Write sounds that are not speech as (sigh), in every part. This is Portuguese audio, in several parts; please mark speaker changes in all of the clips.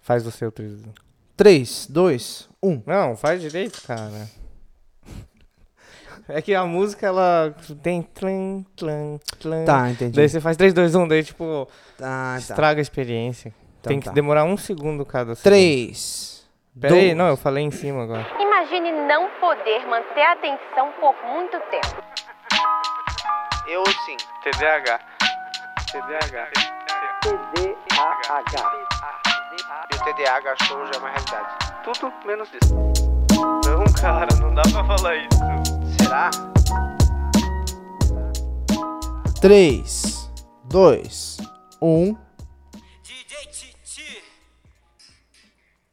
Speaker 1: Faz o seu, Tris.
Speaker 2: 3, 2, 1.
Speaker 1: Não, faz direito, cara. É que a música, ela tem... Tlan, tlan, tlan.
Speaker 2: Tá, entendi.
Speaker 1: Daí você faz 3, 2, 1, daí, tipo,
Speaker 2: Ah, tá.
Speaker 1: estraga a experiência.
Speaker 2: Então
Speaker 1: tem que
Speaker 2: tá.
Speaker 1: demorar um segundo cada
Speaker 2: 3.
Speaker 1: Pera aí,
Speaker 2: dois.
Speaker 1: não, eu falei em cima agora.
Speaker 3: Imagine não poder manter a atenção por muito tempo.
Speaker 4: Eu sim.
Speaker 5: TDAH. TDAH.
Speaker 4: Meu TDAH show já é uma realidade.
Speaker 5: Tudo menos isso. Não, cara, não dá pra falar isso.
Speaker 4: Será?
Speaker 2: 3, 2, 1.
Speaker 6: DJ Titi.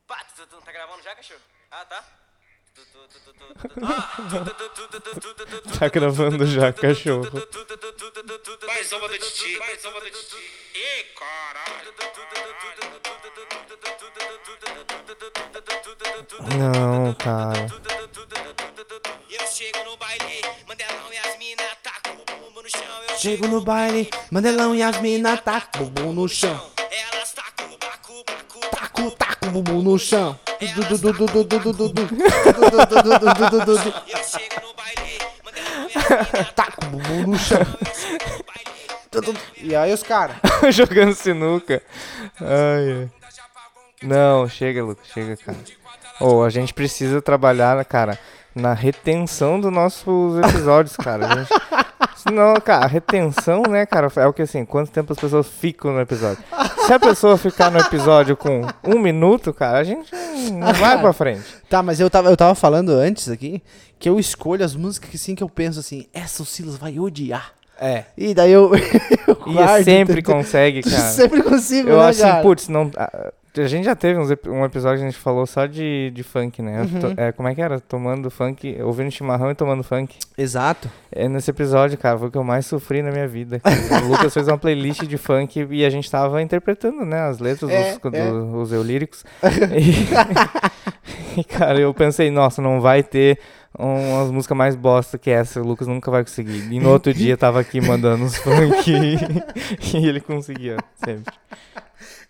Speaker 6: Pá, tu, tu- tu não tá gravando já, cachorro? Ah, tá. Tu- tu- tu- tu- tu- tu- tu- Ah, tu- tu- tu- tu- tu- tu- tu- tu- tu-
Speaker 1: Tá gravando já, cachorro.
Speaker 6: Mais uma do Titi, mais uma do Titi. Ih, caralho.
Speaker 1: Não, cara.
Speaker 6: Eu chego no baile, Mandelão e as mina tacam o bumbum no chão. Eu
Speaker 2: Chego no baile, Mandelão e as mina tacam o bumbum no chão. Tá
Speaker 6: Elas tacam o bacu, bacu,
Speaker 2: Taco, taco, o bumbum no chão. Tá Du, du, du, du, du, du, du, du, du. Du, du, du, du, du, du, du, du.
Speaker 6: Eu chego no baile, Mandelão e as mina
Speaker 2: Taco, o bumbum no chão.
Speaker 6: tacam o baile.
Speaker 2: Du, du, du. E aí os caras?
Speaker 1: (laughs) Jogando sinuca. Ai, ai. Não, chega, Lucas, chega, cara. Ô, a gente precisa trabalhar, cara, na retenção dos nossos episódios, cara. A gente... (laughs) Senão, cara, a retenção, né, cara, é o que assim, quanto tempo as pessoas ficam no episódio. Se a pessoa ficar no episódio com um minuto, cara, a gente não vai pra frente.
Speaker 2: (laughs) Tá, mas eu tava, eu tava falando antes aqui que eu escolho as músicas que sim que eu penso assim, essa o Silas vai odiar.
Speaker 1: É.
Speaker 2: E daí eu, (laughs) eu
Speaker 1: E é
Speaker 2: guardo,
Speaker 1: sempre
Speaker 2: entendeu?
Speaker 1: consegue, cara.
Speaker 2: (laughs) Sempre consigo,
Speaker 1: Eu
Speaker 2: né,
Speaker 1: acho assim,
Speaker 2: cara?
Speaker 1: putz, não. A, a gente já teve uns ep- um episódio que a gente falou só de, de funk, né?
Speaker 2: Uhum.
Speaker 1: To- é, como é que era? Tomando funk, ouvindo chimarrão e tomando funk.
Speaker 2: Exato.
Speaker 1: É, nesse episódio, cara, foi o que eu mais sofri na minha vida. cara. o Lucas fez uma playlist de funk e a gente tava interpretando, né? As letras,
Speaker 2: É,
Speaker 1: os, do-
Speaker 2: é.
Speaker 1: os eulíricos. E, (laughs) e, cara, eu pensei, nossa, não vai ter um- umas músicas mais bosta que essa, o Lucas nunca vai conseguir. E no outro dia tava aqui mandando uns funk (laughs) e, ele conseguia, sempre.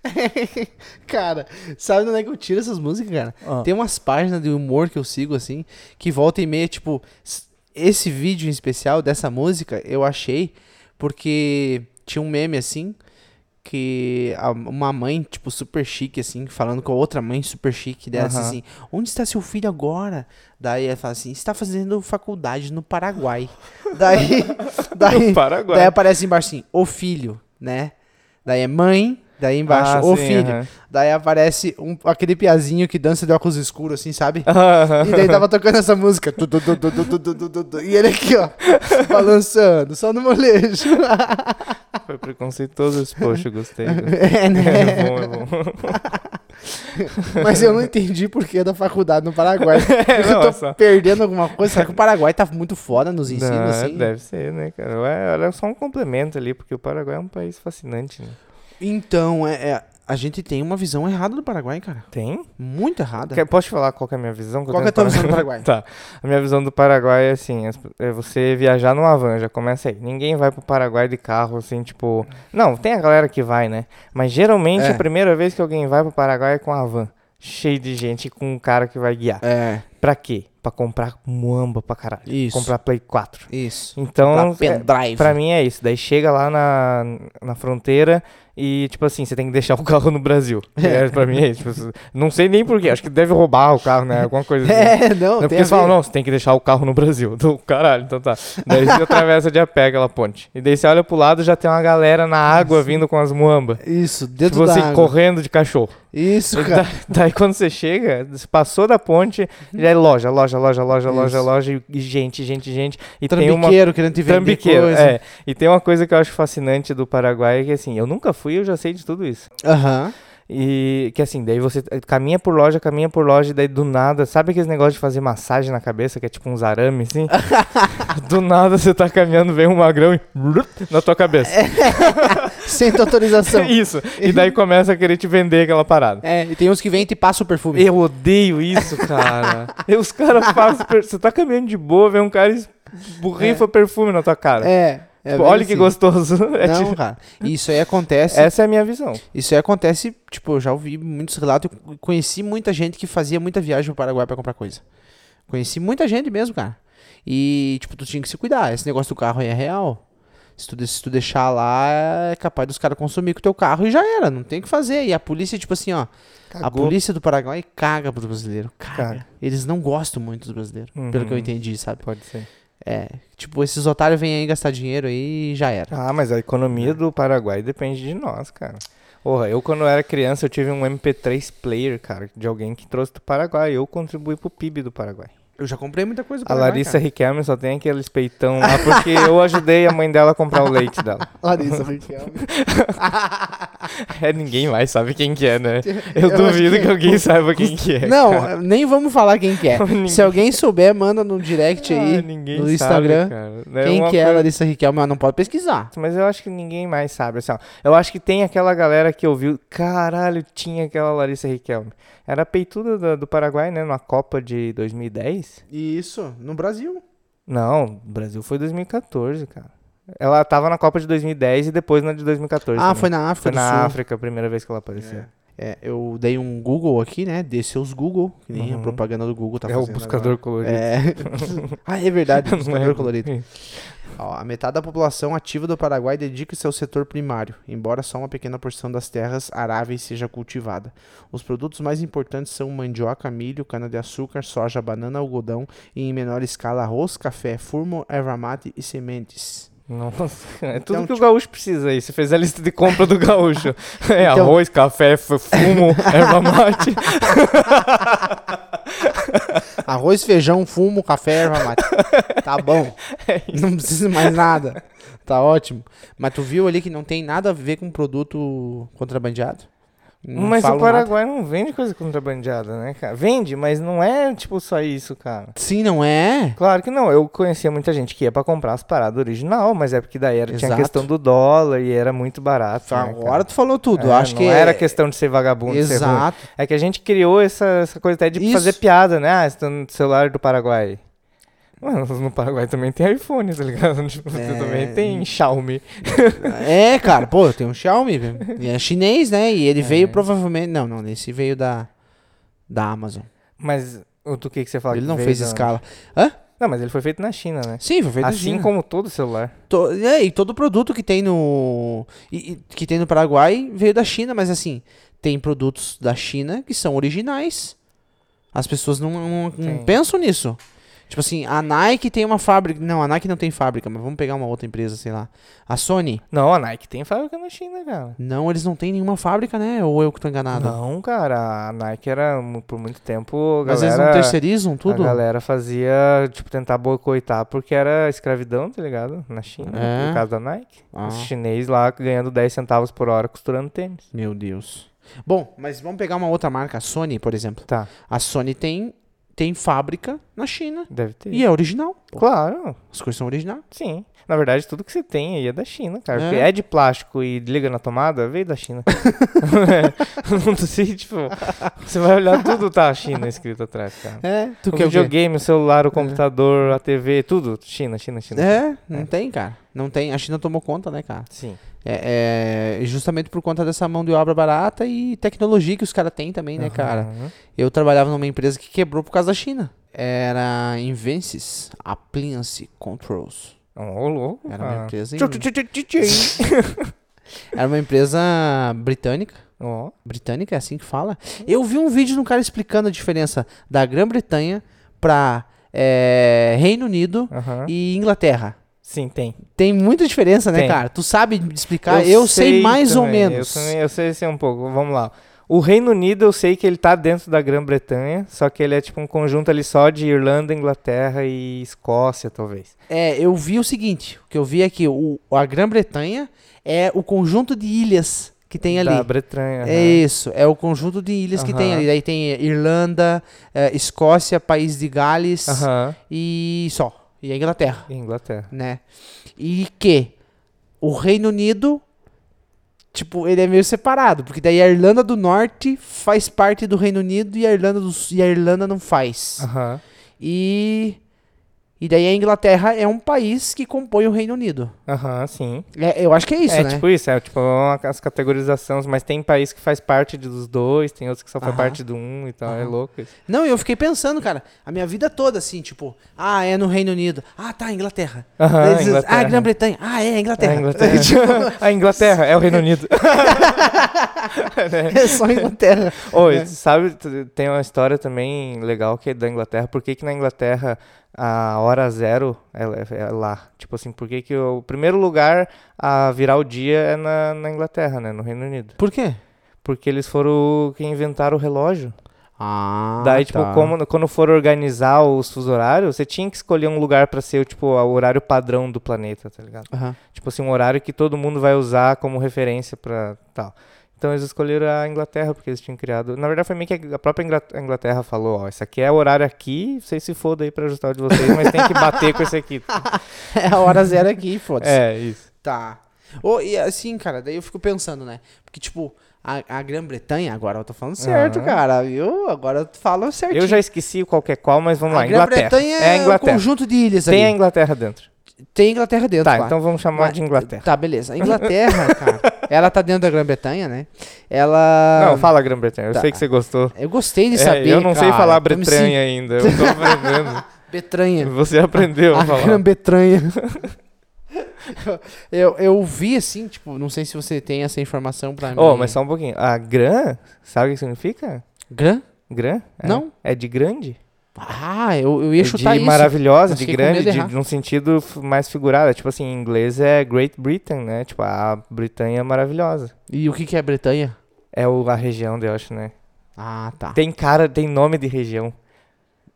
Speaker 2: (laughs) cara, sabe de onde é que eu tiro essas músicas, cara?
Speaker 1: Ah.
Speaker 2: Tem umas páginas de humor que eu sigo, assim, que volta e meia, tipo, s- esse vídeo em especial dessa música eu achei porque tinha um meme assim. Que a- uma mãe, tipo, super chique, assim, falando com a outra mãe super chique dela,
Speaker 1: Aham.
Speaker 2: assim, onde está seu filho agora? Daí ela fala assim, está fazendo faculdade no Paraguai. daí, (laughs) daí,
Speaker 1: No Paraguai.
Speaker 2: daí aparece embaixo assim, o filho, né? Daí é mãe, daí embaixo,
Speaker 1: Ah,
Speaker 2: o
Speaker 1: sim,
Speaker 2: filho.
Speaker 1: aham.
Speaker 2: Daí aparece um, aquele piazinho que dança de óculos escuros, assim, sabe?
Speaker 1: Aham.
Speaker 2: E daí tava tocando essa música. Tu, tu, tu, tu, tu, tu, tu, tu, tu, tu. E ele aqui,
Speaker 1: (laughs)
Speaker 2: ó, balançando, só no molejo.
Speaker 1: (laughs) Foi preconceituoso esse post, eu gostei.
Speaker 2: (laughs)
Speaker 1: gostei.
Speaker 2: É,
Speaker 1: É
Speaker 2: né?
Speaker 1: bom, é bom.
Speaker 2: Mas eu não entendi por que da faculdade
Speaker 1: (laughs)
Speaker 2: no Paraguai.
Speaker 1: não,
Speaker 2: eu tô
Speaker 1: é só-
Speaker 2: perdendo alguma coisa. Será que o Paraguai tá muito foda nos ensinos,
Speaker 1: Não,
Speaker 2: assim?
Speaker 1: Deve ser, né, cara? Ué, Era só um complemento ali, porque o Paraguai é um país fascinante, né?
Speaker 2: Então, é, é, a gente tem uma visão errada do Paraguai, cara.
Speaker 1: Tem?
Speaker 2: Muito errada.
Speaker 1: Quer, posso te falar qual que é a minha visão? que eu
Speaker 2: Qual que é a tua
Speaker 1: tenho
Speaker 2: visão do Paraguai?
Speaker 1: (laughs) tá. A minha visão do Paraguai é assim, as- é você viajar numa van, já começa aí. Ninguém vai pro Paraguai de carro, assim, tipo... Não, tem a galera que vai, né? Mas geralmente
Speaker 2: É.
Speaker 1: a primeira vez que alguém vai pro Paraguai é com a van. Cheio de gente, com um cara que vai guiar.
Speaker 2: É,
Speaker 1: Pra quê? Pra comprar muamba pra caralho.
Speaker 2: Isso.
Speaker 1: Comprar Play 4.
Speaker 2: isso.
Speaker 1: Então,
Speaker 2: Pra
Speaker 1: é,
Speaker 2: pendrive.
Speaker 1: (laughs) pra mim é isso. Daí chega lá na, na fronteira e, tipo assim, você tem que deixar o (laughs) carro no
Speaker 2: (laughs)
Speaker 1: Brasil. É, pra mim é isso. Tipo, não sei nem porquê. Acho que deve roubar o carro, né? Alguma coisa assim.
Speaker 2: (laughs) É,
Speaker 1: Não,
Speaker 2: não, tem
Speaker 1: porque
Speaker 2: a
Speaker 1: eles falam,
Speaker 2: ver.
Speaker 1: não, você tem que deixar o carro no Brasil. (laughs) Do caralho, então tá. Daí você atravessa de a pé aquela ponte. E daí você olha pro lado já tem uma galera na água vindo com as muambas.
Speaker 2: Isso,
Speaker 1: Tipo
Speaker 2: dentro É, da
Speaker 1: assim,
Speaker 2: água.
Speaker 1: correndo de cachorro.
Speaker 2: Isso,
Speaker 1: E
Speaker 2: cara.
Speaker 1: da- daí quando você chega, você passou da ponte, já é loja, loja, loja, loja, loja,
Speaker 2: Uhum. Isso.
Speaker 1: loja, e- e gente, gente, gente. E tem uma.
Speaker 2: Trambiqueiro querendo te vender
Speaker 1: Trambiqueiro,
Speaker 2: coisa.
Speaker 1: é. E tem uma coisa que eu acho fascinante do Paraguai, que assim, eu nunca fui, eu já sei de tudo isso.
Speaker 2: Aham.
Speaker 1: E que assim, daí você eh, caminha por loja, caminha por loja, e daí do nada, sabe aqueles negócios de fazer massagem na cabeça, que é tipo uns arame,
Speaker 2: (laughs)
Speaker 1: assim? do nada você tá caminhando, vem um magrão e (laughs) na tua
Speaker 2: É,
Speaker 1: cabeça. (laughs)
Speaker 2: Sem tua autorização.
Speaker 1: Isso. E daí começa a querer te vender aquela parada.
Speaker 2: é, e tem uns que vêm e te passam o perfume.
Speaker 1: Eu odeio isso,
Speaker 2: (laughs)
Speaker 1: cara. E os caras fazem. per- Você tá caminhando de boa, vem um cara e esborrifa perfume na tua cara.
Speaker 2: É, é. É
Speaker 1: Tipo,
Speaker 2: bem
Speaker 1: olha que
Speaker 2: assim.
Speaker 1: gostoso. (laughs) É
Speaker 2: Não,
Speaker 1: tipo-
Speaker 2: cara. E Isso aí acontece.
Speaker 1: Essa é a minha visão.
Speaker 2: Isso aí acontece, tipo, eu já ouvi muitos relatos, eu conheci muita gente que fazia muita viagem pro Paraguai pra comprar coisa. Conheci muita gente mesmo, cara. E, tipo, tu tinha que se cuidar. Esse negócio do carro aí é real. Se tu, se tu deixar lá, é capaz dos caras consumir com o teu carro e já era. Não tem o que fazer. E a polícia, tipo assim, ó. A
Speaker 1: Cagou.
Speaker 2: polícia do Paraguai caga pros brasileiros. Caga.
Speaker 1: Caga. Uhum.
Speaker 2: Eles não gostam muito dos brasileiros, pelo que eu entendi, sabe?
Speaker 1: Pode ser.
Speaker 2: É. Tipo, esses otários vêm aí gastar dinheiro aí e já era.
Speaker 1: Ah, mas a economia do Paraguai depende de nós, cara. Porra, eu quando era criança eu tive um MP3 player, cara, de alguém que trouxe do Paraguai. Eu contribuí pro PIB do Paraguai.
Speaker 2: Eu já comprei muita coisa do
Speaker 1: A
Speaker 2: Paraguai,
Speaker 1: Larissa
Speaker 2: cara.
Speaker 1: Riquelme só tem aqueles peitão lá porque eu ajudei a mãe dela a comprar o leite dela.
Speaker 2: (laughs) Larissa Riquelme.
Speaker 1: É, ninguém mais sabe quem que é, né?
Speaker 2: (laughs)
Speaker 1: Eu,
Speaker 2: Eu acho
Speaker 1: duvido
Speaker 2: que
Speaker 1: que, alguém saiba quem que é.
Speaker 2: Não,
Speaker 1: cara.
Speaker 2: nem vamos falar quem que é.
Speaker 1: (laughs) Ninguém-
Speaker 2: Se alguém souber, manda no direct aí,
Speaker 1: Ah, ninguém
Speaker 2: no
Speaker 1: sabe,
Speaker 2: Instagram,
Speaker 1: cara. É
Speaker 2: quem
Speaker 1: uma
Speaker 2: que é a
Speaker 1: coisa-
Speaker 2: Larissa Riquelme, mas não pode pesquisar.
Speaker 1: Mas eu acho que ninguém mais sabe, assim, ó. Eu acho que tem aquela galera que ouviu, caralho, tinha aquela Larissa Riquelme. Era a peituda do, do Paraguai, né, na Copa de 2010?
Speaker 2: Isso, no Brasil.
Speaker 1: Não, o Brasil foi 2014, cara. Ela tava na Copa de 2010 e depois na de 2014
Speaker 2: Ah,
Speaker 1: também.
Speaker 2: foi na África
Speaker 1: é. Foi
Speaker 2: do
Speaker 1: na
Speaker 2: Sul.
Speaker 1: África a primeira vez que ela apareceu. É,
Speaker 2: É, eu dei um Google aqui, né? Desceu os Google, que nem a propaganda do Google tá
Speaker 1: Uhum. É o
Speaker 2: fazendo
Speaker 1: buscador
Speaker 2: agora.
Speaker 1: colorido.
Speaker 2: É. ah,
Speaker 1: (laughs)
Speaker 2: é (laughs) verdade,
Speaker 1: Não
Speaker 2: buscador
Speaker 1: é?
Speaker 2: colorido. Ó, a metade da população ativa do Paraguai dedica-se ao setor primário, embora só uma pequena porção das terras aráveis seja cultivada. Os produtos mais importantes são mandioca, milho, cana-de-açúcar, soja, banana, algodão e, em menor escala, arroz, café, fumo, erva mate e sementes.
Speaker 1: Nossa, é tudo
Speaker 2: Então,
Speaker 1: que o gaúcho precisa aí. Você fez a lista de compra do
Speaker 2: (laughs)
Speaker 1: gaúcho. É
Speaker 2: Então-
Speaker 1: arroz, café, f-
Speaker 2: (laughs)
Speaker 1: fumo, erva mate.
Speaker 2: Arroz, feijão, fumo, café, erva mate. Tá
Speaker 1: (laughs)
Speaker 2: bom.
Speaker 1: É
Speaker 2: Não precisa mais nada. Tá ótimo. Mas tu viu ali que não tem nada a ver com produto contrabandeado? Não
Speaker 1: mas o
Speaker 2: falo nada.
Speaker 1: Paraguai não vende coisa contrabandeada, né, cara? Vende, mas não é, tipo, só isso, cara.
Speaker 2: Sim, não é?
Speaker 1: Claro que não. Eu conhecia muita gente que ia pra comprar as paradas original, mas é porque daí era, tinha a
Speaker 2: Exato. Então
Speaker 1: questão do dólar e era muito barato. né,
Speaker 2: Agora
Speaker 1: cara?
Speaker 2: tu falou tudo.
Speaker 1: É,
Speaker 2: Acho
Speaker 1: não
Speaker 2: que
Speaker 1: era
Speaker 2: é-
Speaker 1: questão de ser vagabundo, de ser ruim.
Speaker 2: Exato.
Speaker 1: É que a gente criou essa, essa coisa até de
Speaker 2: Isso.
Speaker 1: fazer piada, né? Ah, esse tá no celular do Paraguai. Mano, (laughs) no Paraguai também tem iPhone, tá ligado? (laughs) Tipo, você também tem Xiaomi.
Speaker 2: (laughs) É, cara, pô, tem um Xiaomi, velho. E é chinês, né? E ele veio provavelmente. Não, não, esse veio da. Da Amazon.
Speaker 1: Mas o do que, que você fala
Speaker 2: ele
Speaker 1: que
Speaker 2: não
Speaker 1: veio
Speaker 2: fez
Speaker 1: da-
Speaker 2: escala. Hã?
Speaker 1: Não, mas ele foi feito na China, né?
Speaker 2: Sim, foi feito
Speaker 1: assim
Speaker 2: assim.
Speaker 1: como todo celular.
Speaker 2: To- é, e todo produto que tem no. e- e- que tem no Paraguai veio da China, mas assim, tem produtos da China que são originais. As pessoas não, não- não
Speaker 1: Sim.
Speaker 2: pensam nisso. Tipo assim, a Nike tem uma fábrica. Não, a Nike não tem fábrica, mas vamos pegar uma outra empresa, sei lá. A Sony.
Speaker 1: Não, a Nike tem fábrica na China, cara.
Speaker 2: Não, eles não têm nenhuma fábrica, né? Ou eu que tô enganado.
Speaker 1: Não, cara, a Nike era mu- por muito tempo. A galera,
Speaker 2: Mas eles não terceirizam tudo?
Speaker 1: A galera fazia, tipo, tentar boicotar porque era escravidão, tá ligado? Na China,
Speaker 2: É.
Speaker 1: no caso da Nike.
Speaker 2: Ah.
Speaker 1: Os chineses lá ganhando 10 centavos por hora costurando tênis.
Speaker 2: Meu Deus. Bom, mas vamos pegar uma outra marca, a Sony, por exemplo.
Speaker 1: Tá,
Speaker 2: A Sony tem, tem fábrica na China
Speaker 1: deve ter.
Speaker 2: e é original. Pô,
Speaker 1: Claro,
Speaker 2: As coisas são originais.
Speaker 1: sim. Na verdade, tudo que você tem aí é da China, cara.
Speaker 2: É.
Speaker 1: Porque é de plástico e liga na tomada, veio da
Speaker 2: (laughs)
Speaker 1: China. (laughs) Não sei, tipo, você vai olhar tudo tá China escrito atrás, cara.
Speaker 2: É, tu
Speaker 1: O
Speaker 2: quer o quê?
Speaker 1: videogame, o celular, o computador, a TV, tudo. China, China, China.
Speaker 2: É, não tem, cara. Não tem. A China tomou conta, né, cara?
Speaker 1: Sim.
Speaker 2: É, é, justamente por conta dessa mão de obra barata e tecnologia que os caras têm também, né, cara?
Speaker 1: Uhum.
Speaker 2: Eu trabalhava numa empresa que quebrou por causa da China. Era Invences Appliance Controls.
Speaker 1: Ô, louco.
Speaker 2: Era uma
Speaker 1: cara.
Speaker 2: empresa em-
Speaker 1: Tchu, tchu, tchu, tchu, tchu, tchu.
Speaker 2: Era uma empresa britânica.
Speaker 1: Ó,
Speaker 2: Britânica é assim que fala. Eu vi um vídeo de um cara explicando a diferença da Grã-Bretanha pra é, Reino Unido
Speaker 1: aham.
Speaker 2: e Inglaterra.
Speaker 1: Sim, tem.
Speaker 2: Tem muita diferença, né,
Speaker 1: Tem.
Speaker 2: cara? Tu sabe me explicar? Eu, sei, mais ou
Speaker 1: também,
Speaker 2: menos.
Speaker 1: Eu, também, eu sei assim, um pouco. Vamos lá. O Reino Unido, eu sei que ele tá dentro da Grã-Bretanha, só que ele é tipo um conjunto ali só de Irlanda, Inglaterra e Escócia, talvez.
Speaker 2: É, eu vi o seguinte: o que eu vi é que o, a Grã-Bretanha é o conjunto de ilhas que tem ali.
Speaker 1: Da Bretanha.
Speaker 2: É
Speaker 1: aham.
Speaker 2: isso, é o conjunto de ilhas que tem
Speaker 1: Aham.
Speaker 2: ali. Daí tem Irlanda, é, Escócia, País de Gales
Speaker 1: Aham.
Speaker 2: e só. E a Inglaterra.
Speaker 1: E Inglaterra.
Speaker 2: né? E que o Reino Unido, tipo, ele é meio separado, porque daí a Irlanda do Norte faz
Speaker 1: Ah.
Speaker 2: parte do Reino Unido e a Irlanda do Sul, e a Irlanda não faz.
Speaker 1: Aham.
Speaker 2: E E daí a Inglaterra é um país que compõe o Reino Unido.
Speaker 1: Aham, sim.
Speaker 2: É, eu acho que é isso,
Speaker 1: é
Speaker 2: né?
Speaker 1: tipo isso, é tipo uma- as categorizações, mas tem país que faz parte de- dos dois, tem outros que só faz
Speaker 2: Aham.
Speaker 1: parte do um e tal, é louco isso.
Speaker 2: Não, eu fiquei pensando, cara, a minha vida toda, assim, tipo, ah, é no Reino Unido. Ah, tá, Inglaterra.
Speaker 1: Aham,
Speaker 2: Daí diz, Ah,
Speaker 1: Inglaterra.
Speaker 2: Grã-Bretanha. Ah, é, Inglaterra.
Speaker 1: A Inglaterra. (laughs) a Inglaterra é o Reino Unido.
Speaker 2: (laughs) é só Inglaterra.
Speaker 1: Oi, sabe, t- tem uma história também legal que é da Inglaterra. Por que que na Inglaterra a hora zero é, é- é lá? Tipo assim, por que que o primeiro lugar a virar o dia é na, na Inglaterra, né? No Reino Unido.
Speaker 2: Por quê?
Speaker 1: Porque eles foram quem inventaram o relógio.
Speaker 2: Ah,
Speaker 1: Daí, tipo, como, quando for organizar os fuso horários, você tinha que escolher um lugar pra ser, tipo, o horário padrão do planeta, tá ligado?
Speaker 2: Aham.
Speaker 1: Tipo assim, um horário que todo mundo vai usar como referência pra tal. Então eles escolheram a Inglaterra, porque eles tinham criado. Na verdade, foi meio que a própria Ingla- a Inglaterra falou: ó, esse aqui é o horário aqui, vocês se fodam aí pra ajustar o de vocês, mas tem que bater com esse
Speaker 2: (laughs)
Speaker 1: aqui.
Speaker 2: (laughs) É a hora zero aqui, foda-se.
Speaker 1: É, isso.
Speaker 2: Tá. Ô, e assim, cara, daí eu fico pensando, né? Porque, tipo, a, a Grã-Bretanha, agora eu tô falando certo,
Speaker 1: Aham.
Speaker 2: cara, viu? Agora eu falo certinho.
Speaker 1: Eu já esqueci qualquer qual, mas vamos
Speaker 2: É A
Speaker 1: lá. Inglaterra.
Speaker 2: Grã-Bretanha
Speaker 1: É a
Speaker 2: é um
Speaker 1: Inglaterra.
Speaker 2: conjunto de ilhas
Speaker 1: Tem a
Speaker 2: ali.
Speaker 1: Inglaterra dentro.
Speaker 2: Tem Inglaterra dentro,
Speaker 1: Tá,
Speaker 2: claro.
Speaker 1: então vamos chamar
Speaker 2: Mas-
Speaker 1: de Inglaterra.
Speaker 2: Tá, beleza. A Inglaterra, (laughs) cara, ela tá dentro da Grã-Bretanha, né? Ela...
Speaker 1: Não, fala Grã-Bretanha. Eu
Speaker 2: tá.
Speaker 1: sei que você gostou.
Speaker 2: Eu gostei de
Speaker 1: É,
Speaker 2: saber,
Speaker 1: eu não sei
Speaker 2: cara.
Speaker 1: falar
Speaker 2: Tô me
Speaker 1: Bretanha ainda. Eu tô aprendendo.
Speaker 2: (laughs) sentindo- Betranha.
Speaker 1: Você aprendeu a
Speaker 2: A
Speaker 1: falar.
Speaker 2: Grã-Bretanha. (laughs) eu, eu vi, assim, tipo, não sei se você tem essa informação pra mim.
Speaker 1: Ô, mas só um pouquinho. A grã, sabe o que significa?
Speaker 2: Grã?
Speaker 1: Grã? É.
Speaker 2: Não.
Speaker 1: É de grande? É
Speaker 2: Ah, eu, eu ia chutar
Speaker 1: de
Speaker 2: isso.
Speaker 1: maravilhosa,
Speaker 2: mas
Speaker 1: de
Speaker 2: fiquei com
Speaker 1: grande,
Speaker 2: medo de
Speaker 1: de,
Speaker 2: errar.
Speaker 1: de um sentido f- mais figurado. É Tipo assim, em inglês é Great Britain, né? Tipo, a Bretanha maravilhosa.
Speaker 2: E o que, que é Bretanha?
Speaker 1: É o, a região, eu acho, né?
Speaker 2: Ah, tá.
Speaker 1: Tem cara, tem nome de região.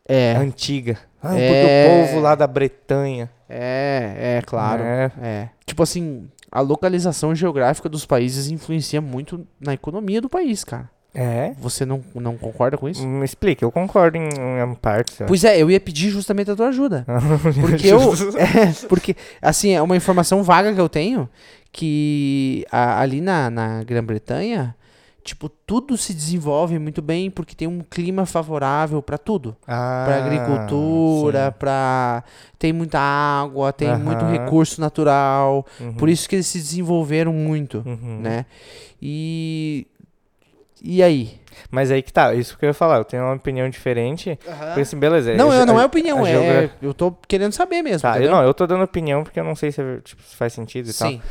Speaker 1: É
Speaker 2: É,
Speaker 1: antiga. Ah,
Speaker 2: É.
Speaker 1: porque o povo lá da Bretanha.
Speaker 2: é, é, claro. É.
Speaker 1: né?
Speaker 2: Tipo assim, a localização geográfica dos países influencia muito na economia do país, cara.
Speaker 1: É.
Speaker 2: Você não, não concorda com isso?
Speaker 1: Me explica, eu concordo em, em um partes. eu
Speaker 2: Pois é, eu ia pedir justamente a tua
Speaker 1: (laughs)
Speaker 2: ajuda.
Speaker 1: acho.
Speaker 2: Porque eu. (laughs) É, porque, assim, é uma informação vaga que eu tenho que a- ali na, na Grã-Bretanha, tipo, tudo se desenvolve muito bem porque tem um clima favorável pra tudo.
Speaker 1: Ah,
Speaker 2: Pra agricultura,
Speaker 1: sim.
Speaker 2: pra. Tem muita água, tem muito
Speaker 1: Aham.
Speaker 2: recurso natural.
Speaker 1: Uhum.
Speaker 2: Por isso que eles se desenvolveram muito,
Speaker 1: Uhum.
Speaker 2: né? E. E aí?
Speaker 1: Mas aí que tá, isso que eu ia falar. Eu tenho uma opinião diferente. Porque assim, beleza.
Speaker 2: Não,
Speaker 1: a
Speaker 2: eu,
Speaker 1: ge-
Speaker 2: não
Speaker 1: a-
Speaker 2: é opinião,
Speaker 1: a
Speaker 2: é.
Speaker 1: geogra-
Speaker 2: Eu tô querendo saber mesmo.
Speaker 1: Tá, eu,
Speaker 2: entendeu?
Speaker 1: não, eu tô dando opinião porque eu não sei se, é- tipo, se faz sentido e tal.
Speaker 2: Sim.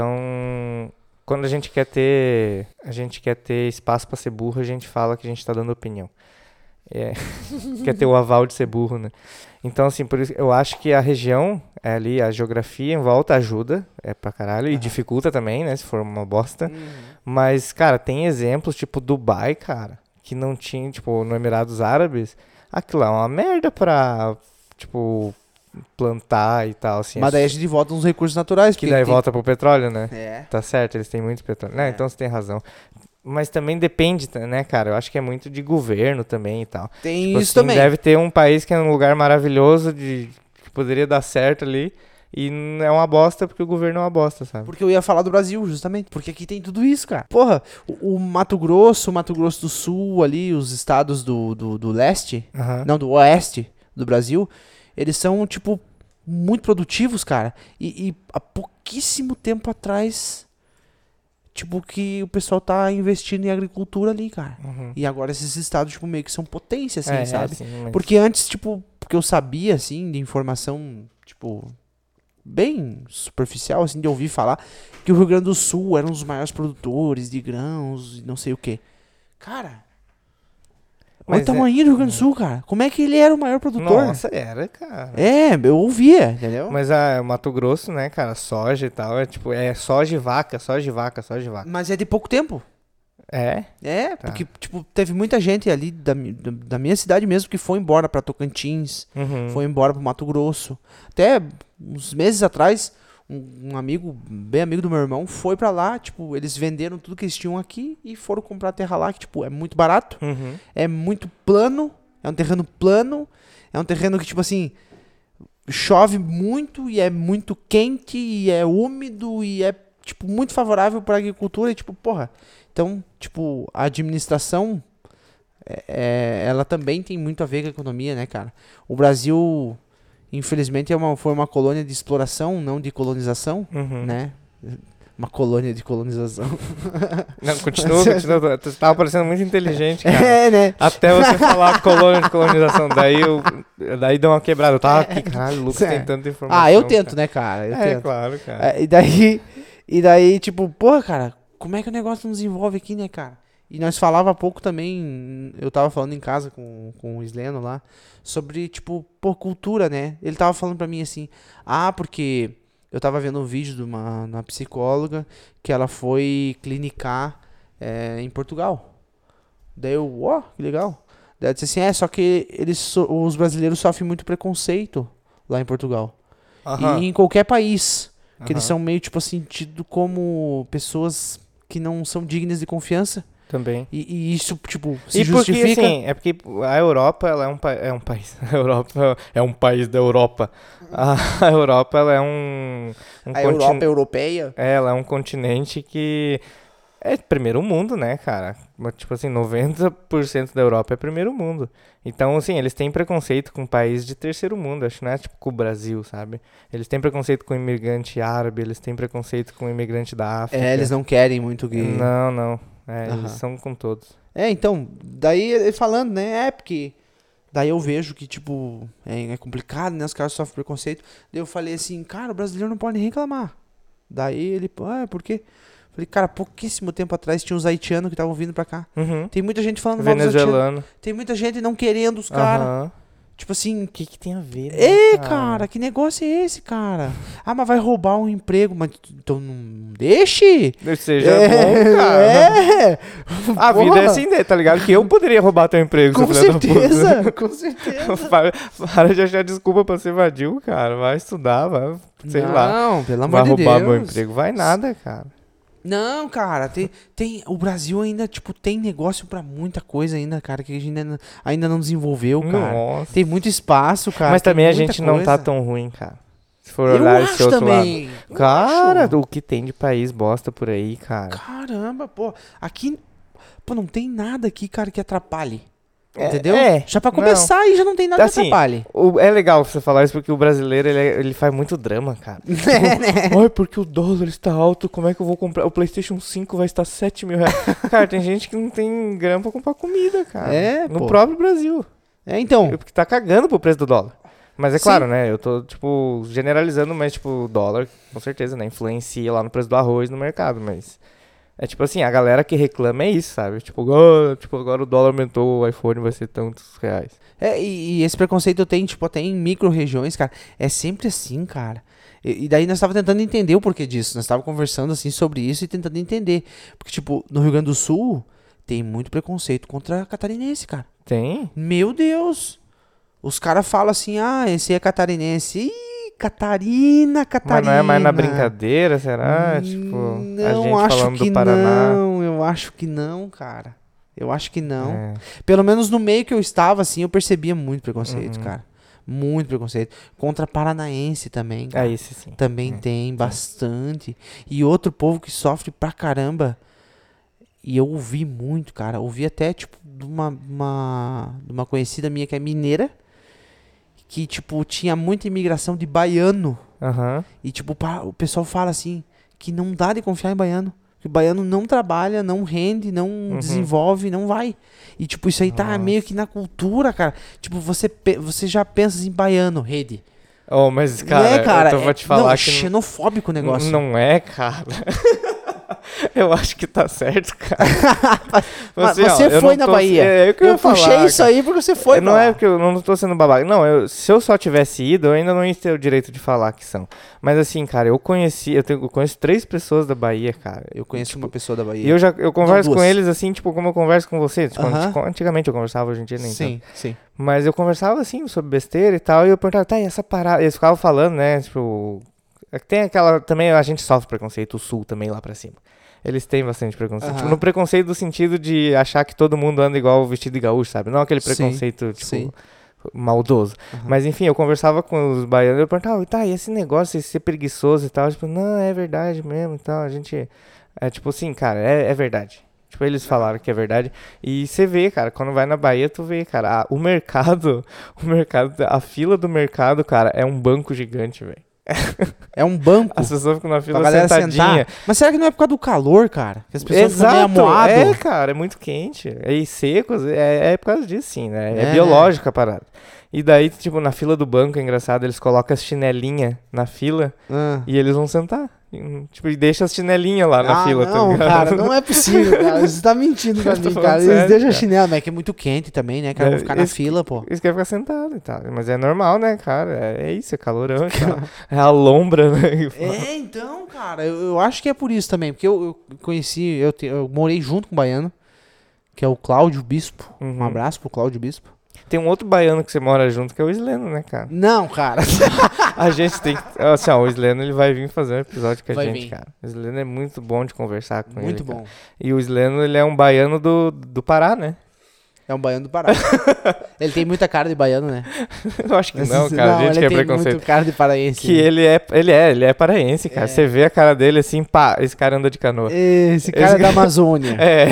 Speaker 1: Então, quando a gente quer ter, a gente quer ter espaço pra ser burro, a gente fala que a gente tá dando opinião. É, (laughs) quer ter o aval de ser burro, né? Então, assim, por isso eu acho que a região é ali, a geografia em volta ajuda, é pra caralho, e dificulta também, né, se for uma bosta.
Speaker 2: Uhum.
Speaker 1: Mas, cara, tem exemplos, tipo Dubai, cara, que não tinha, tipo, no Emirados Árabes, aquilo lá é uma merda pra, tipo, plantar e tal, assim.
Speaker 2: Mas daí a gente volta nos recursos naturais.
Speaker 1: Que
Speaker 2: porque
Speaker 1: daí
Speaker 2: tem-
Speaker 1: volta pro petróleo, né?
Speaker 2: É.
Speaker 1: Tá certo, eles têm muito petróleo. Né? Então você tem razão. Mas também depende, tá- né, cara? Eu acho que é muito de governo também e tal.
Speaker 2: Tem
Speaker 1: Tipo
Speaker 2: isso
Speaker 1: assim,
Speaker 2: também.
Speaker 1: Deve ter um país que é um lugar maravilhoso de que poderia dar certo ali. E n- é uma bosta porque o governo é uma bosta, sabe?
Speaker 2: Porque eu ia falar do Brasil, justamente. Porque aqui tem tudo isso, cara. Porra, o, o Mato Grosso, o Mato Grosso do Sul, ali, os estados do, do, do leste,
Speaker 1: Aham.
Speaker 2: não, do oeste do Brasil, eles são, tipo, muito produtivos, cara. E, e há pouquíssimo tempo atrás, tipo, que o pessoal tá investindo em agricultura ali, cara. E agora esses estados, tipo, meio que são potência, assim,
Speaker 1: Uhum. É, é
Speaker 2: sabe?
Speaker 1: assim, mas-
Speaker 2: Porque antes, tipo, porque eu sabia, assim, de informação, tipo, bem superficial, assim, de ouvir falar, que o Rio Grande do Sul era um dos maiores produtores de grãos e não sei o quê. Cara, olha
Speaker 1: Mas
Speaker 2: o
Speaker 1: é-
Speaker 2: tamanho do Rio Grande do Sul, cara. Como é que ele era o Então maior produtor?
Speaker 1: Nossa, era, cara.
Speaker 2: É, eu ouvia, entendeu?
Speaker 1: Mas a Mato Grosso, né, cara, soja e tal, é tipo, é soja e vaca, soja e vaca, soja e vaca.
Speaker 2: Mas é de pouco tempo.
Speaker 1: É?
Speaker 2: É, porque, tipo, teve muita gente ali da, mi- da- da minha cidade mesmo que foi embora pra Tocantins,
Speaker 1: Uhum.
Speaker 2: foi embora pro Mato Grosso. Até uns meses atrás, um, um amigo, bem amigo do meu irmão, foi pra lá, tipo, eles venderam tudo que eles tinham aqui e foram comprar terra lá, que, tipo, é muito barato,
Speaker 1: Uhum.
Speaker 2: é muito plano, é um terreno plano, é um terreno que, tipo assim, chove muito e é muito quente e é úmido e é, tipo, muito favorável pra agricultura e, tipo, porra. Então, tipo, a administração, é, é, ela também tem muito a ver com a economia, né, cara? O Brasil, Infelizmente é uma, foi uma colônia de exploração, não de colonização,
Speaker 1: Uhum.
Speaker 2: né? Uma colônia de colonização.
Speaker 1: Não,
Speaker 2: (laughs)
Speaker 1: continua, continua. Tu tava parecendo muito inteligente, cara.
Speaker 2: É, né?
Speaker 1: Até
Speaker 2: (laughs)
Speaker 1: você falar colônia de colonização. Daí eu. Daí deu uma quebrada. Eu tava aqui, caralho, o Lucas
Speaker 2: É.
Speaker 1: tem tanta informação.
Speaker 2: Ah, eu tento,
Speaker 1: cara.
Speaker 2: né, cara? Eu
Speaker 1: É,
Speaker 2: tento.
Speaker 1: claro, cara.
Speaker 2: É, e daí, e daí, tipo, porra, cara, como é que o negócio nos envolve aqui, né, cara? E nós falava há pouco também, eu tava falando em casa com, com o Sleno lá, sobre, tipo, por cultura, né? Ele tava falando pra mim assim, ah, porque eu tava vendo um vídeo de uma, uma psicóloga que ela foi clinicar é, em Portugal. Daí eu, ó, que legal. Daí ela disse assim, é, só que eles, so- os brasileiros sofrem muito preconceito lá em Portugal.
Speaker 1: Aham.
Speaker 2: E em qualquer país. Que eles
Speaker 1: Aham.
Speaker 2: são meio, tipo assim, tido como pessoas que não são dignas de confiança.
Speaker 1: Também.
Speaker 2: E, e isso, tipo, se
Speaker 1: E porque,
Speaker 2: justifica.
Speaker 1: assim, é porque a Europa, ela é um, pa- é um país. (laughs) A Europa é um país da Europa. A Europa, ela é um. um
Speaker 2: a
Speaker 1: contin-
Speaker 2: Europa europeia.
Speaker 1: Ela é um continente que é primeiro mundo, né, cara? Mas, Tipo assim, 90% da Europa é primeiro mundo. Então, assim, eles têm preconceito com país de terceiro mundo, acho que não é tipo com o Brasil, sabe? Eles têm preconceito com imigrante árabe, eles têm preconceito com imigrante da África.
Speaker 2: É, eles não querem muito que.
Speaker 1: Não, não. É,
Speaker 2: Aham.
Speaker 1: eles são com todos.
Speaker 2: É, então, daí ele falando, né? É, porque. Daí eu vejo que, tipo, é, é complicado, né? Os caras sofrem preconceito. Daí eu falei assim, cara, o brasileiro não pode nem reclamar. Daí ele, ah, por quê? Falei, cara, pouquíssimo tempo atrás tinha uns haitianos que estavam vindo pra cá.
Speaker 1: Uhum.
Speaker 2: Tem muita gente falando mal dos haitianos.
Speaker 1: Venezuelano.
Speaker 2: Tem muita gente não querendo os caras.
Speaker 1: Aham.
Speaker 2: Tipo assim,
Speaker 1: O que, que tem a ver?
Speaker 2: Ê, cara, que negócio é esse, cara? Ah, mas vai roubar um emprego, mas tu- então não deixe.
Speaker 1: Seja é bom, cara.
Speaker 2: É.
Speaker 1: A vida é
Speaker 2: Porra.
Speaker 1: assim, né? Tá ligado? Que eu poderia roubar teu emprego, seu
Speaker 2: Com
Speaker 1: filho da puta. (laughs)
Speaker 2: certeza, com certeza.
Speaker 1: para, para de achar desculpa pra ser vadio, cara. Vai estudar, vai, sei lá.
Speaker 2: Não, pelo amor
Speaker 1: Vai
Speaker 2: de
Speaker 1: roubar meu
Speaker 2: Deus.
Speaker 1: emprego. Vai nada, cara.
Speaker 2: Não, cara, tem, tem, o Brasil ainda, tipo, tem negócio pra muita coisa ainda, cara, que a gente ainda, ainda não desenvolveu, cara.
Speaker 1: Nossa.
Speaker 2: Tem muito espaço, cara.
Speaker 1: Mas
Speaker 2: tem
Speaker 1: também a
Speaker 2: muita
Speaker 1: gente não tá
Speaker 2: coisa.
Speaker 1: tão ruim, cara. Se for
Speaker 2: Eu
Speaker 1: olhar esse
Speaker 2: acho
Speaker 1: outro
Speaker 2: também.
Speaker 1: lado. Cara, o que tem de país bosta por aí, cara.
Speaker 2: Caramba, pô. Aqui. Pô, não tem nada aqui, cara, que atrapalhe. Entendeu?
Speaker 1: é,
Speaker 2: já pra
Speaker 1: não.
Speaker 2: começar aí já não tem nada
Speaker 1: Assim,
Speaker 2: que
Speaker 1: (laughs)
Speaker 2: atrapalhe.
Speaker 1: o- é legal você falar isso porque o brasileiro ele, é- ele faz muito drama,
Speaker 2: (laughs)
Speaker 1: cara.
Speaker 2: É.
Speaker 1: Tipo, Ai, porque o dólar está alto, como é que eu vou comprar? O PlayStation 5 vai estar 7 mil reais. cara, tem gente que não tem grana pra comprar comida, cara.
Speaker 2: É,
Speaker 1: No
Speaker 2: pô.
Speaker 1: próprio Brasil.
Speaker 2: É, então.
Speaker 1: É Porque tá cagando pro preço do dólar. Mas é
Speaker 2: Sim.
Speaker 1: claro, né? Eu tô, tipo, generalizando, mas, tipo, o dólar, com certeza, né? Influencia lá no preço do arroz no mercado, mas. É tipo assim, a galera que reclama é isso, sabe? Tipo, "Ah, tipo agora o dólar aumentou, o iPhone vai ser tantos reais.
Speaker 2: É, e, e esse preconceito tem, tipo, até em micro-regiões, cara. É sempre assim, cara. E, e daí nós tava tentando entender o porquê disso. Nós tava conversando, assim, sobre isso e tentando entender. Porque, tipo, no Rio Grande do Sul tem muito preconceito contra catarinense, cara.
Speaker 1: Tem?
Speaker 2: Meu Deus! Os caras falam assim, ah, esse é catarinense. Ih, Catarina,
Speaker 1: Mas
Speaker 2: Catarina.
Speaker 1: não é mais na brincadeira, será?
Speaker 2: Hum,
Speaker 1: tipo, a
Speaker 2: não,
Speaker 1: gente
Speaker 2: acho
Speaker 1: falando
Speaker 2: que
Speaker 1: do Paraná.
Speaker 2: Não, eu acho que não, cara. Eu acho que não.
Speaker 1: É.
Speaker 2: Pelo menos no meio que eu estava, assim, eu percebia muito preconceito,
Speaker 1: Uhum.
Speaker 2: cara. Muito preconceito. Contra paranaense
Speaker 1: É
Speaker 2: também. cara.
Speaker 1: isso, sim.
Speaker 2: Também tem bastante. E outro povo que sofre pra caramba. E eu ouvi muito, cara. Ouvi até, tipo, de uma, uma, de uma conhecida minha que é mineira. Que, tipo, tinha muita imigração de baiano.
Speaker 1: Aham.
Speaker 2: E tipo, pá, o pessoal fala assim que não dá de confiar em baiano. Que o baiano não trabalha, não rende, não
Speaker 1: Uhum.
Speaker 2: desenvolve, não vai. E tipo, isso aí tá meio que na cultura, cara. Tipo, você, pe- você já pensa assim, baiano, rede.
Speaker 1: Oh, mas, cara,
Speaker 2: não é, cara?
Speaker 1: eu tô- vou te
Speaker 2: É-
Speaker 1: falar
Speaker 2: não,
Speaker 1: que. n-
Speaker 2: xenofóbico o negócio.
Speaker 1: Não é, cara. (laughs) eu acho que tá certo, cara.
Speaker 2: (laughs) Mas
Speaker 1: Assim, ó,
Speaker 2: você
Speaker 1: eu
Speaker 2: foi
Speaker 1: não
Speaker 2: na
Speaker 1: tô-
Speaker 2: Bahia.
Speaker 1: É, é o que eu, ia falar,
Speaker 2: puxei isso
Speaker 1: cara.
Speaker 2: aí porque você foi,
Speaker 1: É, Não
Speaker 2: pra
Speaker 1: é
Speaker 2: lá.
Speaker 1: porque eu não tô sendo babaca. Não, eu- se eu só tivesse ido, eu ainda não ia ter o direito de falar que são. Mas assim, cara, eu conheci, eu, tenho, eu conheço três pessoas da Bahia, cara.
Speaker 2: Eu conheço uma pessoa da Bahia.
Speaker 1: tipo, E eu já eu converso com
Speaker 2: duas.
Speaker 1: eles assim, tipo, como eu converso com você. Tipo,
Speaker 2: Aham.
Speaker 1: anti- Antigamente eu conversava, hoje em dia nem tanto.
Speaker 2: Sim, sim.
Speaker 1: Mas eu conversava assim sobre besteira e tal, e eu perguntava, tá, e essa parada? Eles ficavam falando, né? Tipo. é que Tem aquela. Também a gente sofre preconceito, o sul também lá pra cima. Eles têm bastante preconceito. Tipo,
Speaker 2: Aham.
Speaker 1: no preconceito do sentido de achar que todo mundo anda igual vestido de gaúcho, sabe? Não aquele
Speaker 2: Sim,
Speaker 1: preconceito, tipo,
Speaker 2: sim.
Speaker 1: maldoso. Mas enfim, eu conversava com os baianos, eu perguntava, tá, e esse negócio de ser preguiçoso e tal? Tipo, não, é verdade mesmo e tal. A gente. É tipo assim, cara, é, é verdade. Tipo, eles falaram que é verdade. E você vê, cara, quando vai na Bahia, tu vê, cara, a- o mercado, (laughs) o mercado, a fila do mercado, cara, é um banco gigante, velho.
Speaker 2: É um banco
Speaker 1: As pessoas ficam na
Speaker 2: pra
Speaker 1: fila
Speaker 2: galera
Speaker 1: sentadinha.
Speaker 2: sentar. Mas será que não é por causa do calor, cara? Que as pessoas ficam meio
Speaker 1: Exato,
Speaker 2: amuado?
Speaker 1: é, cara, é muito quente. E secos, é, é por causa disso, sim, né? É,
Speaker 2: É.
Speaker 1: biológica a parada. E daí, tipo, na fila do banco, é engraçado, eles colocam as chinelinhas na fila
Speaker 2: Ah.
Speaker 1: e eles vão sentar. E, Tipo, e deixa as chinelinhas lá na
Speaker 2: Ah,
Speaker 1: fila. tá
Speaker 2: não,
Speaker 1: ligado?
Speaker 2: cara,
Speaker 1: (laughs)
Speaker 2: não é possível, cara. Você tá mentindo pra
Speaker 1: Eu tô
Speaker 2: mim,
Speaker 1: falando
Speaker 2: cara. Eles
Speaker 1: sério,
Speaker 2: deixam
Speaker 1: cara.
Speaker 2: chinelo, mas é que é muito quente também, né, cara? Vou
Speaker 1: É,
Speaker 2: ficar na
Speaker 1: esse- (laughs)
Speaker 2: fila, pô.
Speaker 1: Eles querem ficar sentado e tal. Mas é normal, né, cara? É, é isso, é calorão e
Speaker 2: (laughs)
Speaker 1: tal. É a lombra, né? (laughs)
Speaker 2: É, então, cara, eu, eu acho que é por isso também, porque eu, eu conheci, eu, te- eu morei junto com o baiano, que é o Cláudio Bispo. Um
Speaker 1: Uhum.
Speaker 2: abraço pro Cláudio Bispo.
Speaker 1: Tem um outro baiano que você mora junto, que é o Isleno, né, cara?
Speaker 2: Não, cara. (laughs)
Speaker 1: A gente tem que. Assim, ó, o Sleno ele vai vir fazer um episódio com a
Speaker 2: Vai
Speaker 1: gente,
Speaker 2: vir.
Speaker 1: cara. O Sleno é muito bom de conversar com ele.
Speaker 2: Muito
Speaker 1: cara.
Speaker 2: bom.
Speaker 1: E o Sleno ele é um baiano do, do Pará, né? (laughs)
Speaker 2: É um baiano do Pará. ele tem muita cara de baiano, né?
Speaker 1: Eu acho que não, cara. a gente
Speaker 2: ele
Speaker 1: quer
Speaker 2: tem
Speaker 1: preconceito.
Speaker 2: muito cara de paraense. né?
Speaker 1: Que ele é, ele é, ele é paraense, cara. Você vê a cara dele assim, pá, esse cara anda de canoa.
Speaker 2: Esse cara
Speaker 1: Esse
Speaker 2: é da
Speaker 1: (laughs)
Speaker 2: Amazônia.
Speaker 1: É.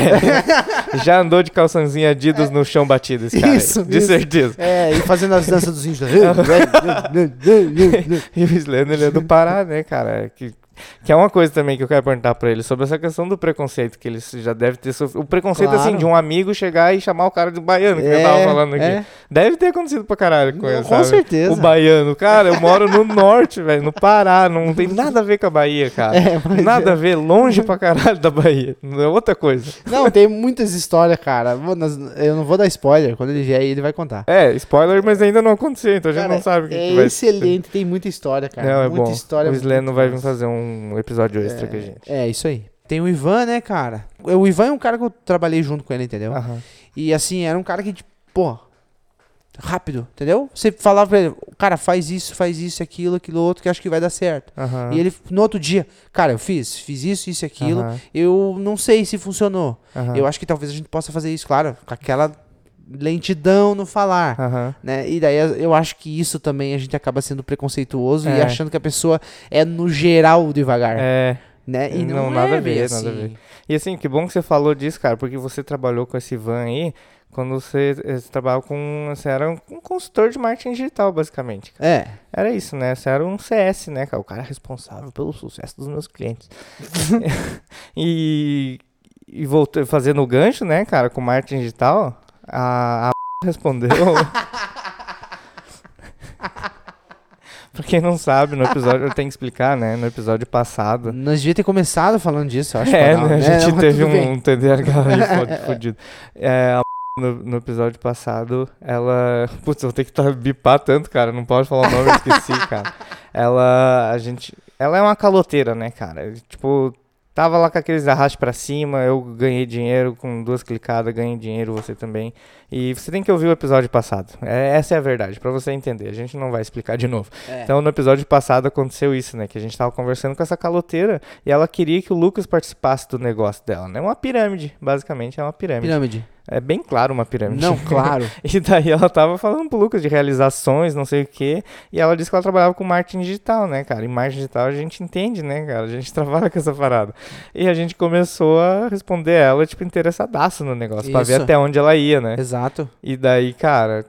Speaker 2: (laughs)
Speaker 1: Já andou de calçãozinho Adidas no chão batido, esse cara. aí,
Speaker 2: Isso,
Speaker 1: De
Speaker 2: isso.
Speaker 1: certeza.
Speaker 2: É, e fazendo as danças
Speaker 1: (laughs)
Speaker 2: dos índios. (laughs)
Speaker 1: E o Slender, ele é do Pará, né, cara? Que, que é uma coisa também que eu quero perguntar pra ele sobre essa questão do preconceito que ele já deve ter sofrido. O preconceito,
Speaker 2: Claro.
Speaker 1: assim, de um amigo chegar e chamar o cara de baiano, que eu
Speaker 2: É,
Speaker 1: tava falando aqui.
Speaker 2: é.
Speaker 1: Deve ter acontecido pra caralho com
Speaker 2: Não,
Speaker 1: ele,
Speaker 2: com
Speaker 1: sabe?
Speaker 2: certeza.
Speaker 1: O baiano. Cara, eu moro
Speaker 2: (laughs)
Speaker 1: no norte, velho, no Pará. Não tem nada a ver com a Bahia, cara.
Speaker 2: É, mas
Speaker 1: nada a ver. Longe pra caralho da Bahia. É outra coisa.
Speaker 2: Não, tem muitas histórias, cara. Vou- nós- Eu não vou dar spoiler. Quando ele vier aí, ele vai contar.
Speaker 1: É, spoiler, mas ainda não aconteceu, então a gente
Speaker 2: Cara,
Speaker 1: não sabe o que,
Speaker 2: é
Speaker 1: que vai
Speaker 2: excelente, tem muita história, cara.
Speaker 1: Não, é
Speaker 2: muita
Speaker 1: bom.
Speaker 2: história.
Speaker 1: o Sleno
Speaker 2: muito
Speaker 1: vai vir
Speaker 2: massa.
Speaker 1: fazer um episódio extra com a gente.
Speaker 2: É, isso aí. Tem o Ivan, né, cara? O Ivan é um cara que eu trabalhei junto com ele, entendeu?
Speaker 1: Aham.
Speaker 2: E assim, era um cara que, tipo, pô, rápido, entendeu? Você falava pra ele, cara, faz isso, faz isso, aquilo, aquilo outro, que acho que vai dar certo.
Speaker 1: Aham.
Speaker 2: E ele, no outro dia, cara, eu fiz, fiz isso, isso, aquilo.
Speaker 1: Aham.
Speaker 2: Eu não sei se funcionou.
Speaker 1: Aham.
Speaker 2: Eu acho que talvez a gente possa fazer isso, claro, com aquela lentidão no falar.
Speaker 1: Aham.
Speaker 2: né? E daí eu acho que isso também a gente acaba sendo preconceituoso e
Speaker 1: É.
Speaker 2: achando que a pessoa é no geral devagar,
Speaker 1: É.
Speaker 2: né? E não,
Speaker 1: não,
Speaker 2: é
Speaker 1: nada a
Speaker 2: bem
Speaker 1: ver,
Speaker 2: assim.
Speaker 1: nada a ver. E assim, que bom que você falou disso, cara, porque você trabalhou com esse van aí quando você, eh, você trabalhava com. Você era um, um consultor de marketing digital, basicamente.
Speaker 2: É,
Speaker 1: Era isso, né? Você era um CS, né, cara? O cara responsável pelo sucesso dos meus clientes. e. E voltou fazendo o gancho, né, cara, com marketing digital. A, (laughs) a respondeu. pra quem não sabe, no episódio. Eu tenho que explicar, né? No episódio passado.
Speaker 2: nós devia ter começado falando disso, eu acho.
Speaker 1: (laughs) É,
Speaker 2: Panal,
Speaker 1: né? A
Speaker 2: Não,
Speaker 1: gente
Speaker 2: mas
Speaker 1: teve
Speaker 2: tudo bem.
Speaker 1: um
Speaker 2: (laughs)
Speaker 1: TDAH aí fod- fodido. É, a no, no episódio passado, ela. (laughs) Putz, eu vou ter que tá, bipar tanto, cara. Não pode falar o nome, eu esqueci,
Speaker 2: (laughs)
Speaker 1: cara. Ela. A gente. Ela é uma caloteira, né, cara? Tipo, tava lá com aqueles arrastes pra cima, eu ganhei dinheiro com duas clicadas, ganhei dinheiro, você também. E você tem que ouvir o episódio passado. É, essa é a verdade, pra você entender. A gente não vai explicar de novo.
Speaker 2: É.
Speaker 1: Então, no episódio passado aconteceu isso, né? Que a gente tava conversando com essa caloteira e ela queria que o Lucas participasse do negócio dela, né? Uma pirâmide, basicamente, é uma pirâmide.
Speaker 2: Pirâmide.
Speaker 1: É bem claro uma pirâmide. (laughs)
Speaker 2: Não, claro.
Speaker 1: E daí ela tava falando pro Lucas de realizações, não sei o quê. E ela disse que ela trabalhava com marketing digital, né, cara? E marketing digital a gente entende, né, cara? A gente (laughs) trabalha com essa parada. E a gente começou a responder ela, tipo, interessadaço no negócio, pra ver
Speaker 2: Isso.
Speaker 1: até onde ela ia, né?
Speaker 2: Exato.
Speaker 1: E daí, cara,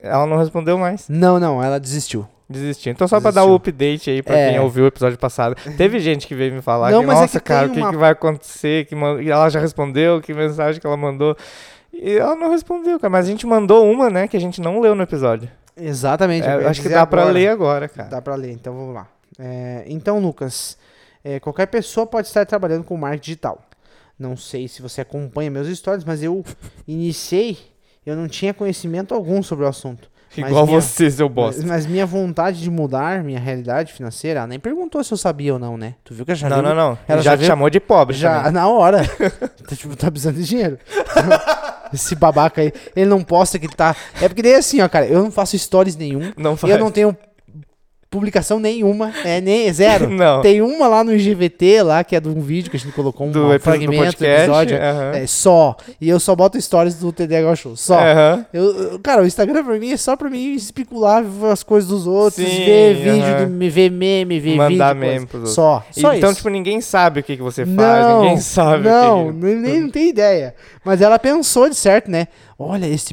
Speaker 1: ela não respondeu mais.
Speaker 2: Não, não, ela desistiu.
Speaker 1: Desistiu. Então, só pra dar
Speaker 2: Desistiu.
Speaker 1: o update aí pra
Speaker 2: É.
Speaker 1: quem ouviu o episódio passado. Teve gente que veio me falar
Speaker 2: Não,
Speaker 1: que,
Speaker 2: mas é
Speaker 1: nossa,
Speaker 2: que
Speaker 1: cara,
Speaker 2: tem
Speaker 1: o que,
Speaker 2: uma-
Speaker 1: que vai acontecer? Que man- e ela já respondeu, que mensagem que ela mandou. E ela não respondeu, cara. Mas a gente mandou uma, né, que a gente não leu no episódio.
Speaker 2: Exatamente.
Speaker 1: É,
Speaker 2: eu ia
Speaker 1: acho que
Speaker 2: dizer
Speaker 1: dá pra
Speaker 2: agora.
Speaker 1: ler agora, cara.
Speaker 2: Dá pra ler, então vamos lá. É, então, Lucas, é, qualquer pessoa pode estar trabalhando com marketing digital. Não sei se você acompanha meus stories, mas eu iniciei, eu não tinha conhecimento algum sobre o assunto. Mas
Speaker 1: Igual
Speaker 2: minha-
Speaker 1: você, seu
Speaker 2: Mas,
Speaker 1: bosta.
Speaker 2: mas minha vontade de mudar minha realidade financeira, ela nem perguntou se eu sabia ou não, né? Tu viu que eu já
Speaker 1: Não,
Speaker 2: vi-
Speaker 1: não, não.
Speaker 2: Ela
Speaker 1: já
Speaker 2: já
Speaker 1: te
Speaker 2: viu-
Speaker 1: chamou de pobre.
Speaker 2: Já,
Speaker 1: também.
Speaker 2: na hora. tá, tipo, tá precisando
Speaker 1: (laughs)
Speaker 2: de dinheiro. Esse babaca aí, é ele não posta que tá. É porque daí assim, ó, cara, eu não faço stories nenhum.
Speaker 1: Não faz.
Speaker 2: Eu não tenho publicação nenhuma, é nem
Speaker 1: (laughs)
Speaker 2: zero.
Speaker 1: Não.
Speaker 2: Tem uma lá no IGVT, lá, que é de um vídeo que a gente colocou, um,
Speaker 1: Do epi- do
Speaker 2: fragmento do
Speaker 1: podcast,
Speaker 2: episódio.
Speaker 1: aham.
Speaker 2: É só. E eu só boto stories do TDH Show. Só.
Speaker 1: Aham.
Speaker 2: Eu, eu- cara, o Instagram pra mim é só pra mim especular as coisas dos outros,
Speaker 1: Sim,
Speaker 2: ver vídeo,
Speaker 1: aham.
Speaker 2: do, me- ver meme, ver
Speaker 1: Mandar
Speaker 2: vídeo. coisa.
Speaker 1: meme pros outros.
Speaker 2: Só.
Speaker 1: E
Speaker 2: Só
Speaker 1: então,
Speaker 2: isso.
Speaker 1: tipo, ninguém sabe o que, que você faz, ninguém sabe
Speaker 2: Não,
Speaker 1: o que. é
Speaker 2: nem, nem não tem ideia. Mas ela pensou de certo, né? Olha, esse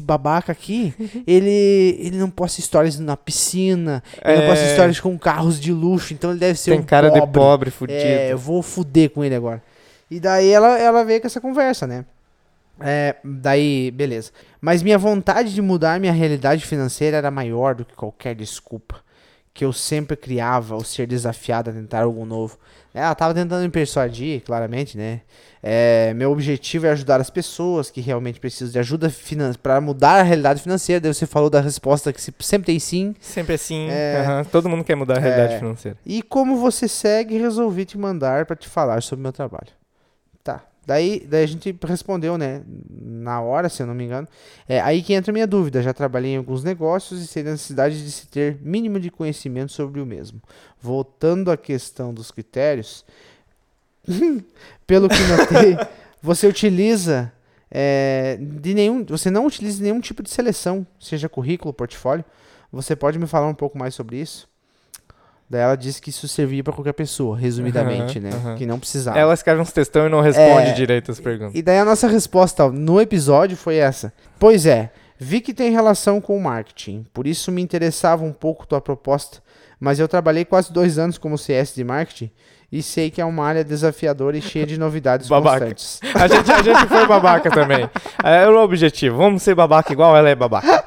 Speaker 1: (laughs)
Speaker 2: babaca aqui, ele, ele não posta stories na piscina, ele não posta
Speaker 1: É.
Speaker 2: stories com carros de luxo, então ele deve ser
Speaker 1: Tem
Speaker 2: um
Speaker 1: cara
Speaker 2: pobre.
Speaker 1: de pobre, fudido.
Speaker 2: É, eu vou fuder com ele agora. E daí ela, ela veio com essa conversa, né? É, daí, beleza. Mas minha vontade de mudar minha realidade financeira era maior do que qualquer desculpa que eu sempre criava ao ser desafiada a tentar algo novo. Ela tava tentando me persuadir, claramente, né? É, meu objetivo é ajudar as pessoas que realmente precisam de ajuda para mudar a realidade financeira. Daí você falou da resposta que se- sempre tem sim.
Speaker 1: Sempre assim.
Speaker 2: É.
Speaker 1: aham, Todo mundo quer mudar a realidade financeira.
Speaker 2: E como você segue, resolvi te mandar pra te falar sobre meu trabalho. Tá. Daí, daí a gente respondeu, né? Na hora, se eu não me engano. É aí que entra a minha dúvida. Já trabalhei em alguns negócios e sei da necessidade de se ter mínimo de conhecimento sobre o mesmo. Voltando à questão dos critérios, (laughs) pelo que
Speaker 1: (laughs)
Speaker 2: notei, você utiliza é, de nenhum, você não utiliza nenhum tipo de seleção, seja currículo, portfólio. Você pode me falar um pouco mais sobre isso? Daí ela disse que isso servia pra qualquer pessoa, resumidamente,
Speaker 1: Aham,
Speaker 2: né?
Speaker 1: aham.
Speaker 2: Que não precisava.
Speaker 1: Ela escreve uns textão e não responde
Speaker 2: É,
Speaker 1: direito as perguntas.
Speaker 2: E daí a nossa resposta no episódio foi essa. Pois é, vi que tem relação com o marketing, por isso me interessava um pouco tua proposta, mas eu trabalhei quase dois anos como CS de marketing e sei que é uma área desafiadora e cheia de novidades
Speaker 1: Babaca.
Speaker 2: constantes.
Speaker 1: A gente, a gente foi babaca também. É o objetivo. Vamos ser babaca igual ela é babaca.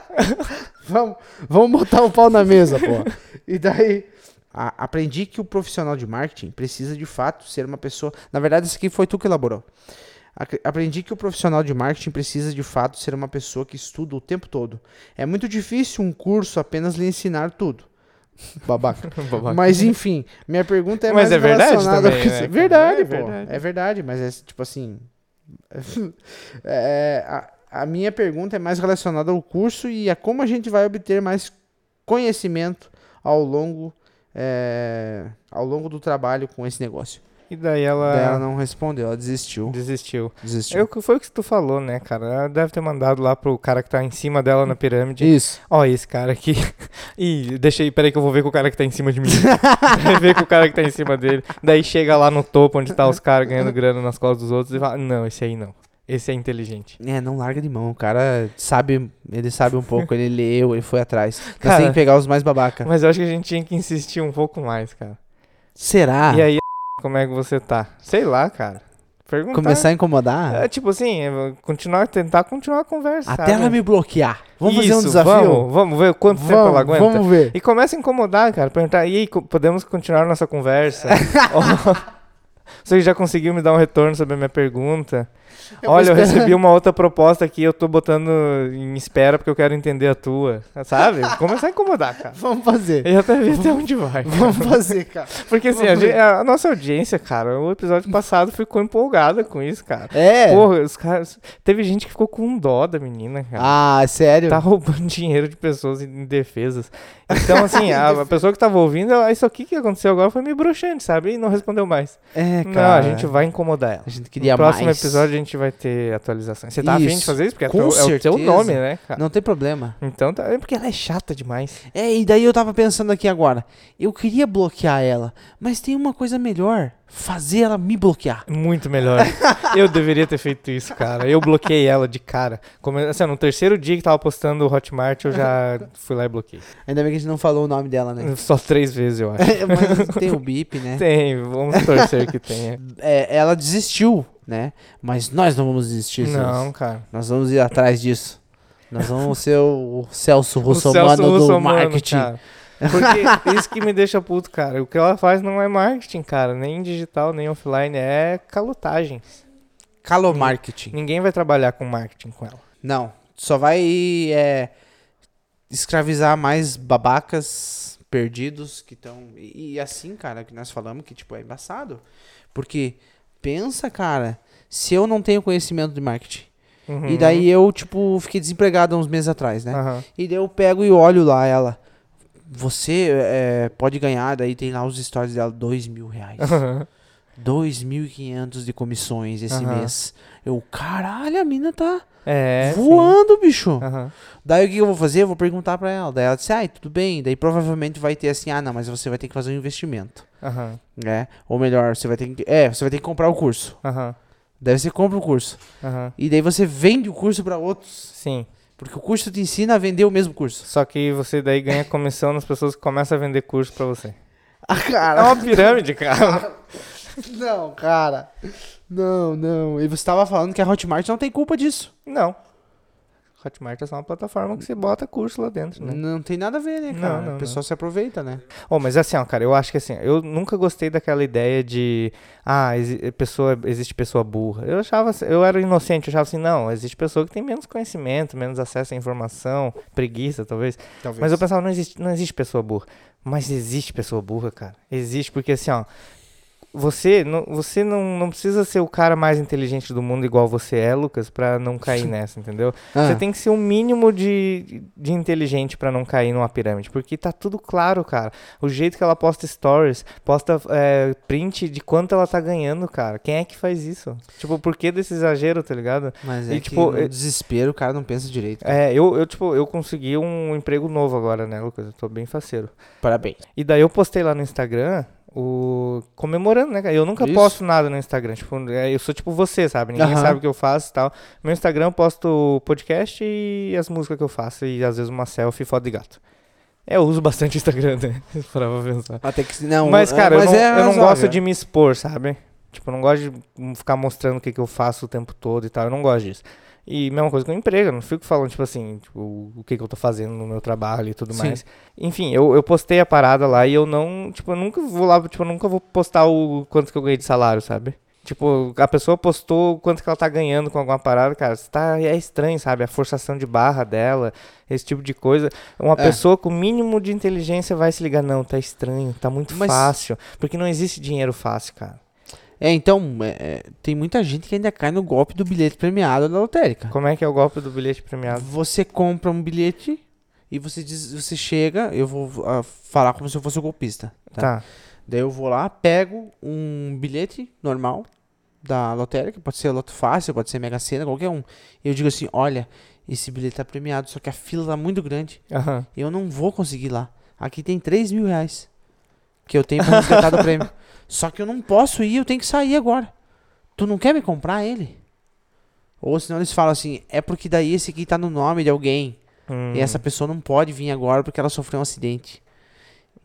Speaker 2: Vamos, vamos botar o pau na mesa, pô. E daí. a- aprendi que o profissional de marketing precisa de fato ser uma pessoa. Na verdade, isso aqui foi tu que elaborou. Acre- Aprendi que o profissional de marketing precisa de fato ser uma pessoa que estuda o tempo todo. É muito difícil um curso apenas lhe ensinar tudo. (laughs) Babaca.
Speaker 1: (laughs) Babaca.
Speaker 2: Mas enfim, minha pergunta é
Speaker 1: Mas
Speaker 2: mais
Speaker 1: é verdade
Speaker 2: relacionada
Speaker 1: também,
Speaker 2: a isso.
Speaker 1: né, cara?
Speaker 2: (laughs) Verdade,
Speaker 1: É
Speaker 2: pô.
Speaker 1: verdade.
Speaker 2: É verdade, mas é tipo assim. (laughs) É, a, a minha pergunta é mais relacionada ao curso e a como a gente vai obter mais conhecimento ao longo, é, ao longo do trabalho com esse negócio.
Speaker 1: E daí
Speaker 2: Daí ela
Speaker 1: ela
Speaker 2: não respondeu, ela desistiu.
Speaker 1: desistiu.
Speaker 2: Desistiu.
Speaker 1: É o que foi o que tu falou, né, cara? Ela deve ter mandado lá pro cara que tá em cima dela na pirâmide.
Speaker 2: Isso.
Speaker 1: Ó, esse cara aqui. (laughs) Ih, deixa aí, peraí que eu vou ver com o cara que tá em cima de mim. Vai ver com o cara que tá em cima dele. Daí chega lá no topo onde tá os caras ganhando grana nas costas dos outros e fala: Não, esse aí não. Esse é inteligente.
Speaker 2: É, não larga de mão. O cara sabe, ele sabe um pouco, ele leu, ele foi atrás. Mas
Speaker 1: Cara-
Speaker 2: tem que pegar os mais babaca.
Speaker 1: Mas eu acho que a gente tinha que insistir um pouco mais, cara.
Speaker 2: Será?
Speaker 1: E aí, (laughs) como é que você tá? Sei lá, cara. Perguntar.
Speaker 2: Começar a incomodar?
Speaker 1: É, tipo assim, é, continuar, tentar continuar a conversa.
Speaker 2: Até
Speaker 1: sabe?
Speaker 2: ela me bloquear. Vamos fazer um
Speaker 1: Isso,
Speaker 2: desafio?
Speaker 1: Vamos, vamos ver quanto tempo ela aguenta.
Speaker 2: vamos ver.
Speaker 1: E começa a incomodar, cara. Perguntar, e aí, co- podemos continuar nossa
Speaker 2: (laughs)
Speaker 1: conversa? Ó, Você já conseguiu me dar um retorno sobre a minha pergunta?
Speaker 2: Eu vou
Speaker 1: Olha, eu
Speaker 2: esperar.
Speaker 1: recebi uma outra proposta aqui, eu tô botando em espera porque eu quero entender a tua. Sabe? Começar a incomodar, cara. (laughs)
Speaker 2: Vamos fazer.
Speaker 1: Eu até vi até onde vai. cara.
Speaker 2: Vamos fazer, cara.
Speaker 1: Porque assim, a, gente- a nossa audiência, cara, o episódio passado ficou empolgada com isso, cara.
Speaker 2: É.
Speaker 1: Porra, os caras. Teve gente que ficou com dó da menina, cara
Speaker 2: Ah, sério?
Speaker 1: tá roubando (laughs) dinheiro de pessoas indefesas. Então, assim, a, a pessoa que tava ouvindo, ela, isso aqui que aconteceu agora foi meio broxante, sabe? E não respondeu mais.
Speaker 2: É, cara.
Speaker 1: Não, a gente vai incomodar ela.
Speaker 2: A gente queria
Speaker 1: no próximo
Speaker 2: mais.
Speaker 1: episódio a gente vai ter atualizações. Você tá afim de
Speaker 2: Isso,
Speaker 1: fazer isso? Porque é,
Speaker 2: com
Speaker 1: teu- é o teu
Speaker 2: certeza.
Speaker 1: nome, né, cara?
Speaker 2: Não tem problema.
Speaker 1: Então, tá, é porque ela é chata demais.
Speaker 2: É, e daí eu tava pensando aqui agora. Eu queria bloquear ela, mas tem uma coisa melhor: fazer ela me bloquear.
Speaker 1: Muito melhor. eu deveria ter feito isso, cara. Eu bloqueei ela de cara. Como, assim, no terceiro dia que tava postando o Hotmart, eu já fui lá e bloqueei.
Speaker 2: Ainda bem que a gente não falou o nome
Speaker 1: (laughs)
Speaker 2: dela, né?
Speaker 1: Só três vezes, eu acho.
Speaker 2: É, mas tem o bip, né?
Speaker 1: Tem, vamos torcer que
Speaker 2: (laughs)
Speaker 1: tenha.
Speaker 2: É, ela desistiu, né? Mas nós não vamos desistir.
Speaker 1: Não,
Speaker 2: Celso.
Speaker 1: cara.
Speaker 2: Nós vamos ir atrás disso. Nós vamos ser o o Celso
Speaker 1: (laughs) O Celso
Speaker 2: Russomano do
Speaker 1: Russomano,
Speaker 2: marketing.
Speaker 1: cara. Porque isso que me deixa puto, cara. O que ela faz não é marketing, cara. Nem digital, nem offline. É calotagem.
Speaker 2: Calomarketing.
Speaker 1: Ninguém vai trabalhar com marketing com ela.
Speaker 2: Não. Só vai é, escravizar mais babacas perdidos que estão. E, e assim, cara, que nós falamos que tipo, é embaçado. Porque pensa, cara, se eu não tenho conhecimento de marketing. E daí eu, tipo, fiquei desempregado há uns meses atrás, né?
Speaker 1: Aham.
Speaker 2: E daí eu pego e olho lá ela. Você é, pode ganhar, daí tem lá os stories dela, dois mil reais. 2.500 de comissões esse
Speaker 1: Aham.
Speaker 2: mês. Eu, caralho, a mina tá
Speaker 1: É. sim.
Speaker 2: voando, bicho.
Speaker 1: Aham.
Speaker 2: Daí o que eu vou fazer? Eu vou perguntar pra ela. Daí ela disse, ai, tudo bem. Daí provavelmente vai ter assim, ah, não, mas você vai ter que fazer um investimento,
Speaker 1: Aham.
Speaker 2: né? Ou melhor, você vai ter que... É, você vai ter que comprar o curso.
Speaker 1: Aham.
Speaker 2: Daí você compra o curso.
Speaker 1: Aham.
Speaker 2: E daí você vende o curso pra outros.
Speaker 1: Sim.
Speaker 2: Porque o curso te ensina a vender o mesmo curso.
Speaker 1: Só que você daí ganha comissão nas pessoas que começam a vender curso pra você.
Speaker 2: (laughs) Ah,
Speaker 1: É
Speaker 2: cara.
Speaker 1: uma pirâmide, cara.
Speaker 2: Não, cara. Não, não. E você tava falando que a Hotmart não tem culpa disso.
Speaker 1: Não. Hotmart é só uma plataforma que você bota curso lá dentro, né?
Speaker 2: Não tem nada a ver, né,
Speaker 1: Não,
Speaker 2: cara?
Speaker 1: não,
Speaker 2: o pessoal se aproveita, né?
Speaker 1: Oh, mas assim, ó, cara, eu acho que assim, eu nunca gostei daquela ideia de ah, exi- pessoa, existe pessoa burra. Eu achava, assim- eu era inocente, eu achava assim, não, existe pessoa que tem menos conhecimento, menos acesso à informação, preguiça, talvez.
Speaker 2: Talvez.
Speaker 1: Mas eu pensava, não existe, não existe pessoa burra. Mas existe pessoa burra, cara. Existe, porque assim, ó. Você, não, você não, não precisa ser o cara mais inteligente do mundo igual você é, Lucas, pra não cair nessa, entendeu?
Speaker 2: Ah.
Speaker 1: Você tem que ser o mínimo de, de inteligente pra não cair numa pirâmide, porque tá tudo claro, cara. O jeito que ela posta stories, posta é, print de quanto ela tá ganhando, cara. Quem é que faz isso? Tipo, por que desse exagero, tá ligado?
Speaker 2: Mas
Speaker 1: E,
Speaker 2: é
Speaker 1: tipo,
Speaker 2: que no
Speaker 1: é-
Speaker 2: desespero o cara não pensa direito. cara.
Speaker 1: É, eu, eu, tipo, eu consegui um emprego novo agora, né, Lucas? Eu tô bem faceiro.
Speaker 2: Parabéns.
Speaker 1: E daí eu postei lá no Instagram, o. comemorando, né, cara? Eu nunca
Speaker 2: Isso.
Speaker 1: posto nada no Instagram. Tipo, é, eu sou tipo você, sabe? Ninguém
Speaker 2: Aham.
Speaker 1: sabe o que eu faço e tal. Meu Instagram eu posto podcast e as músicas que eu faço, e às vezes uma selfie e foto de gato. É, eu uso bastante o Instagram, né? (laughs) Pra pensar.
Speaker 2: Até que se- não.
Speaker 1: mas,
Speaker 2: é-
Speaker 1: cara, eu, não,
Speaker 2: é
Speaker 1: eu não
Speaker 2: razoável.
Speaker 1: gosto de me expor, sabe? Tipo, eu não gosto de ficar mostrando o que, que eu faço o tempo todo e tal. Eu não gosto disso. E mesma coisa com emprego, eu não fico falando, tipo assim, tipo, o que, que eu tô fazendo no meu trabalho e tudo
Speaker 2: Sim.
Speaker 1: mais. Enfim, eu, eu postei a parada lá e eu não, tipo, eu nunca vou lá, tipo, eu nunca vou postar o quanto que eu ganhei de salário, sabe? Tipo, a pessoa postou o quanto que ela tá ganhando com alguma parada, cara, isso tá, é estranho, sabe? A forçação de barra dela, esse tipo de coisa. Uma
Speaker 2: É.
Speaker 1: pessoa com o mínimo de inteligência vai se ligar, não, tá estranho, tá muito
Speaker 2: Mas-
Speaker 1: fácil. Porque não existe dinheiro fácil, cara.
Speaker 2: É, então, é, é, tem muita gente que ainda cai no golpe do bilhete premiado da lotérica.
Speaker 1: Como é que é o golpe do bilhete premiado?
Speaker 2: Você compra um bilhete e você diz, você chega, eu vou ah, falar como se eu fosse o golpista. Tá?
Speaker 1: Tá.
Speaker 2: Daí eu vou lá, pego um bilhete normal da lotérica, pode ser Loto Fácil, pode ser Mega Sena, qualquer um. E eu digo assim, olha, esse bilhete tá premiado, só que a fila tá muito grande.
Speaker 1: Aham.
Speaker 2: Eu não vou conseguir lá. Aqui tem 3 mil reais que eu tenho pra resgatar
Speaker 1: (laughs)
Speaker 2: do prêmio. Só que eu não posso ir, eu tenho que sair agora. Tu não quer me comprar ele? Ou senão eles falam assim, é porque daí esse aqui tá no nome de alguém.
Speaker 1: Hum.
Speaker 2: E essa pessoa não pode vir agora porque ela sofreu um acidente.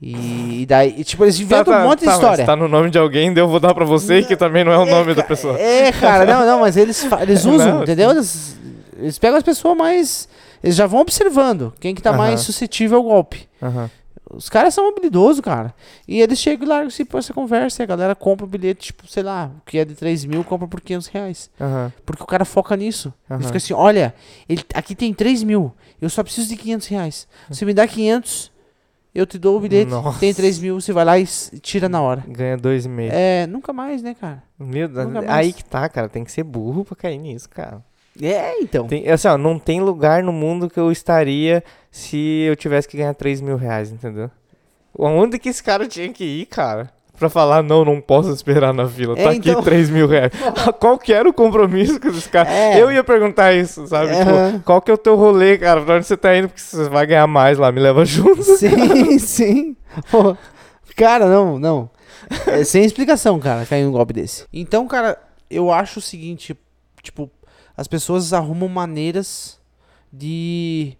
Speaker 2: E, e daí, e, tipo, eles
Speaker 1: Tá,
Speaker 2: inventam
Speaker 1: tá,
Speaker 2: um monte de
Speaker 1: tá, mas
Speaker 2: história.
Speaker 1: Tá no nome de alguém, daí eu vou dar pra você, que também não é o nome da
Speaker 2: ca-
Speaker 1: pessoa.
Speaker 2: É, cara, não, não, mas eles, fa-
Speaker 1: (laughs)
Speaker 2: eles
Speaker 1: Não,
Speaker 2: usam,
Speaker 1: sim.
Speaker 2: entendeu? Eles, eles pegam as pessoas mais. Eles já vão observando quem que tá mais
Speaker 1: Aham.
Speaker 2: suscetível ao golpe.
Speaker 1: Aham.
Speaker 2: Os caras são habilidosos, cara. E eles chegam e largam assim, pô, essa conversa. E a galera compra o bilhete, tipo, sei lá, o que é de 3 mil, compra por 500 reais.
Speaker 1: Aham.
Speaker 2: Porque o cara foca nisso.
Speaker 1: Aham.
Speaker 2: Ele fica assim: olha, ele, aqui tem 3 mil, eu só preciso de 500 reais. Você me dá 500, eu te dou o bilhete,
Speaker 1: Nossa.
Speaker 2: tem 3 mil, você vai lá e s- tira na hora.
Speaker 1: Ganha dois e meio.
Speaker 2: É, nunca mais, né, cara?
Speaker 1: Meu Deus,
Speaker 2: nunca mais.
Speaker 1: aí que tá, cara. Tem que ser burro pra cair nisso, cara.
Speaker 2: É, então.
Speaker 1: Tem, assim, ó, não tem lugar no mundo que eu estaria se eu tivesse que ganhar 3 mil reais, entendeu? Onde que esse cara tinha que ir, cara? Pra falar, não, não posso esperar na fila.
Speaker 2: É,
Speaker 1: tá
Speaker 2: então.
Speaker 1: aqui 3 mil (laughs) reais. qual que era o compromisso com esse cara?
Speaker 2: É.
Speaker 1: Eu ia perguntar isso, sabe?
Speaker 2: É,
Speaker 1: Tipo,
Speaker 2: aham.
Speaker 1: qual que é o teu rolê, cara? Pra onde você tá indo? Porque você vai ganhar mais lá, me leva (laughs) junto.
Speaker 2: Sim, sim. Pô, cara, não, não. É sem explicação, cara, cair num golpe desse. Então, cara, eu acho o seguinte, tipo, as pessoas arrumam maneiras de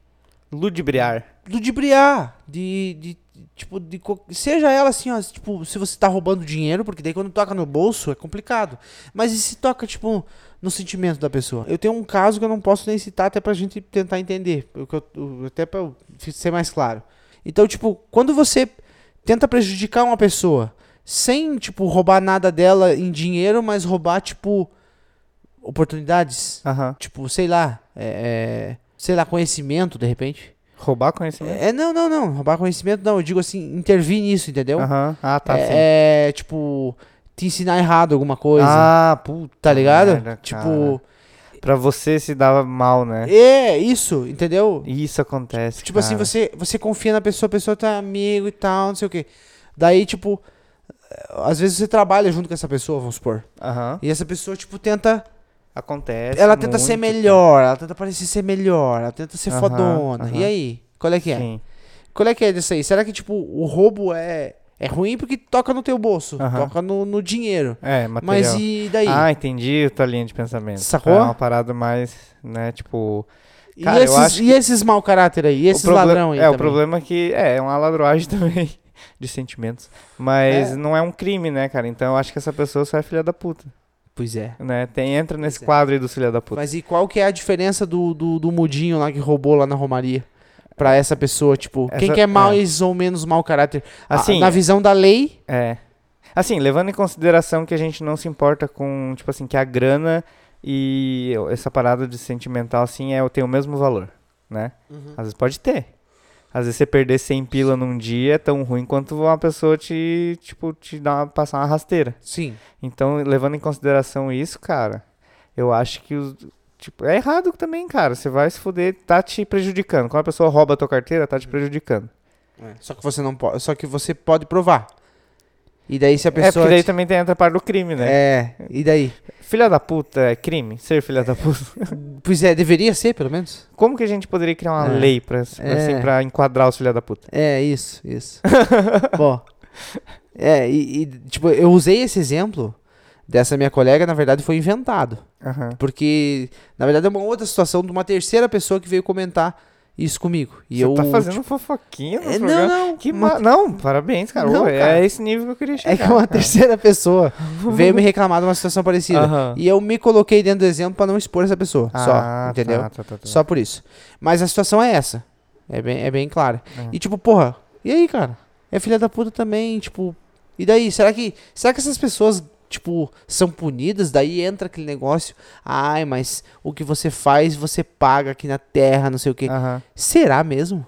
Speaker 1: Ludibriar.
Speaker 2: ludibriar, de, de tipo, de, co- seja ela assim, ó, tipo, se você tá roubando dinheiro, porque daí quando toca no bolso é complicado. Mas e se toca, tipo, no sentimento da pessoa? Eu tenho um caso que eu não posso nem citar até pra gente tentar entender, o que eu- o- até pra eu fi- ser mais claro. Então, tipo, quando você tenta prejudicar uma pessoa sem, tipo, roubar nada dela em dinheiro, mas roubar, tipo, oportunidades,
Speaker 1: Aham.
Speaker 2: tipo, sei lá, é, é, sei lá, conhecimento, de repente.
Speaker 1: Roubar conhecimento?
Speaker 2: É, não, não, não. Roubar conhecimento, não. Eu digo assim, intervir nisso, entendeu?
Speaker 1: Aham. Ah, tá, sim.
Speaker 2: Então, é, é, tipo, te ensinar errado alguma coisa,
Speaker 1: Ah, puta.
Speaker 2: tá ligado?
Speaker 1: merda, cara.
Speaker 2: tipo,
Speaker 1: Pra você se dava mal, né?
Speaker 2: É, isso, entendeu?
Speaker 1: Isso acontece.
Speaker 2: Tipo assim,
Speaker 1: cara.
Speaker 2: você, você confia na pessoa, a pessoa tá amigo e tal, não sei o quê. Daí, tipo, às vezes você trabalha junto com essa pessoa, vamos supor.
Speaker 1: Aham.
Speaker 2: E essa pessoa, tipo, tenta.
Speaker 1: Acontece.
Speaker 2: Ela tenta ser
Speaker 1: muito,
Speaker 2: melhor, ela tenta parecer ser melhor, ela tenta ser
Speaker 1: Aham,
Speaker 2: fodona. E
Speaker 1: aham.
Speaker 2: aí? Qual é que
Speaker 1: cara.
Speaker 2: é?
Speaker 1: Sim.
Speaker 2: Qual é que é disso aí? Será que, tipo, o roubo é, é ruim porque toca no teu bolso,
Speaker 1: Aham.
Speaker 2: toca no, no dinheiro.
Speaker 1: É,
Speaker 2: Mas
Speaker 1: material.
Speaker 2: e daí?
Speaker 1: Ah, entendi a tua linha de pensamento.
Speaker 2: Sacou?
Speaker 1: É uma parada mais, né, tipo...
Speaker 2: e,
Speaker 1: cara, eu
Speaker 2: esses,
Speaker 1: acho
Speaker 2: e esses mau caráter aí? E esses
Speaker 1: o proble-
Speaker 2: ladrão aí?
Speaker 1: É, o
Speaker 2: também?
Speaker 1: problema é que é, é uma ladroagem (laughs) também de sentimentos. Mas não é um crime, né, cara? Então eu acho que essa pessoa só é filha da puta,
Speaker 2: Pois é.
Speaker 1: né? Tem, entra nesse quadro aí do filha da puta.
Speaker 2: Mas e qual que é a diferença do, do, do mudinho lá que roubou lá na Romaria? Pra essa pessoa, tipo, quem
Speaker 1: Essa-
Speaker 2: que é mais ou menos mau caráter? A-
Speaker 1: Assim,
Speaker 2: na visão da lei,
Speaker 1: É. Assim, levando em consideração que a gente não se importa com, tipo assim, que a grana e essa parada de sentimental, assim, é, tem o mesmo valor, né?
Speaker 2: Uhum.
Speaker 1: Às vezes pode ter. Às vezes você perder 100 pila num dia é tão ruim quanto uma pessoa te, tipo, te dar uma- passar uma rasteira.
Speaker 2: sim.
Speaker 1: Então, levando em consideração isso, cara, eu acho que os. Tipo, é errado também, cara. Você vai se fuder, tá te prejudicando. Quando a pessoa rouba a tua carteira, tá te
Speaker 2: Uhum.
Speaker 1: prejudicando.
Speaker 2: é. Só que você não pode. Só que você pode provar. E daí se a
Speaker 1: É,
Speaker 2: pessoa.
Speaker 1: porque daí
Speaker 2: te-
Speaker 1: também tem a outra parte do crime, né?
Speaker 2: é, e daí?
Speaker 1: Filha da puta é crime? Ser filha da puta?
Speaker 2: Pois é, deveria ser, pelo menos.
Speaker 1: (laughs) Como que a gente poderia criar uma
Speaker 2: É.
Speaker 1: lei pra, pra, assim,
Speaker 2: É.
Speaker 1: pra enquadrar os filha da puta?
Speaker 2: É, isso, isso. (laughs) Bom. É, e, e, tipo, eu usei esse exemplo dessa minha colega, na verdade, foi inventado.
Speaker 1: Aham.
Speaker 2: Porque, na verdade, é uma outra situação de uma terceira pessoa que veio comentar isso comigo. E
Speaker 1: Você
Speaker 2: eu.
Speaker 1: tá fazendo
Speaker 2: tipo,
Speaker 1: fofoquinha no
Speaker 2: é,
Speaker 1: programa?
Speaker 2: não, não.
Speaker 1: Que
Speaker 2: uma-
Speaker 1: ma... Não, parabéns, cara.
Speaker 2: Não,
Speaker 1: Ô,
Speaker 2: cara.
Speaker 1: É esse nível que eu queria chegar.
Speaker 2: É que uma
Speaker 1: cara. (laughs)
Speaker 2: terceira pessoa veio me reclamar de uma situação parecida.
Speaker 1: Aham.
Speaker 2: E eu me coloquei dentro do exemplo pra não expor essa pessoa.
Speaker 1: Ah,
Speaker 2: só, entendeu?
Speaker 1: Tá, tá, tá, tá.
Speaker 2: Só por isso. Mas a situação é essa. É bem, é bem clara. E tipo, porra, e aí, cara? É filha da puta também, tipo. E daí, será que. Será que essas pessoas, tipo, são punidas? Daí entra aquele negócio. Ai, mas o que você faz, você paga aqui na terra, não sei o quê.
Speaker 1: Aham.
Speaker 2: Será
Speaker 1: (laughs)
Speaker 2: mesmo?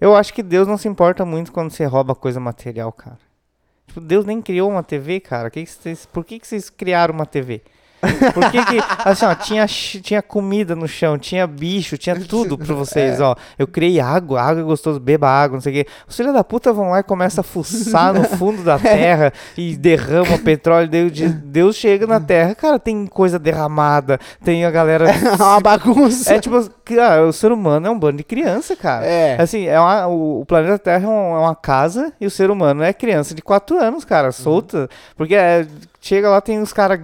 Speaker 1: Eu acho que Deus não se importa muito quando você rouba coisa material, cara. Tipo, Deus nem criou uma TV, cara. Que que vocês- por que, que vocês criaram uma TV? Por que, que assim, ó, tinha, chi- tinha comida no chão, tinha bicho, tinha tudo pra vocês, ó. Eu criei água, água é gostoso, beba água, não sei o quê. Os filhos da puta vão lá e começam a fuçar no fundo da terra e derramam petróleo. Deus, diz- Deus chega na terra, cara, tem coisa derramada, tem a galera
Speaker 2: É uma bagunça.
Speaker 1: é tipo, cara, o ser humano é um bando de criança, cara.
Speaker 2: É.
Speaker 1: Assim, é uma- o, o planeta Terra é, um- é uma casa e o ser humano é criança de 4 anos,
Speaker 2: Uhum.
Speaker 1: cara, solta. Porque é, chega lá, tem os caras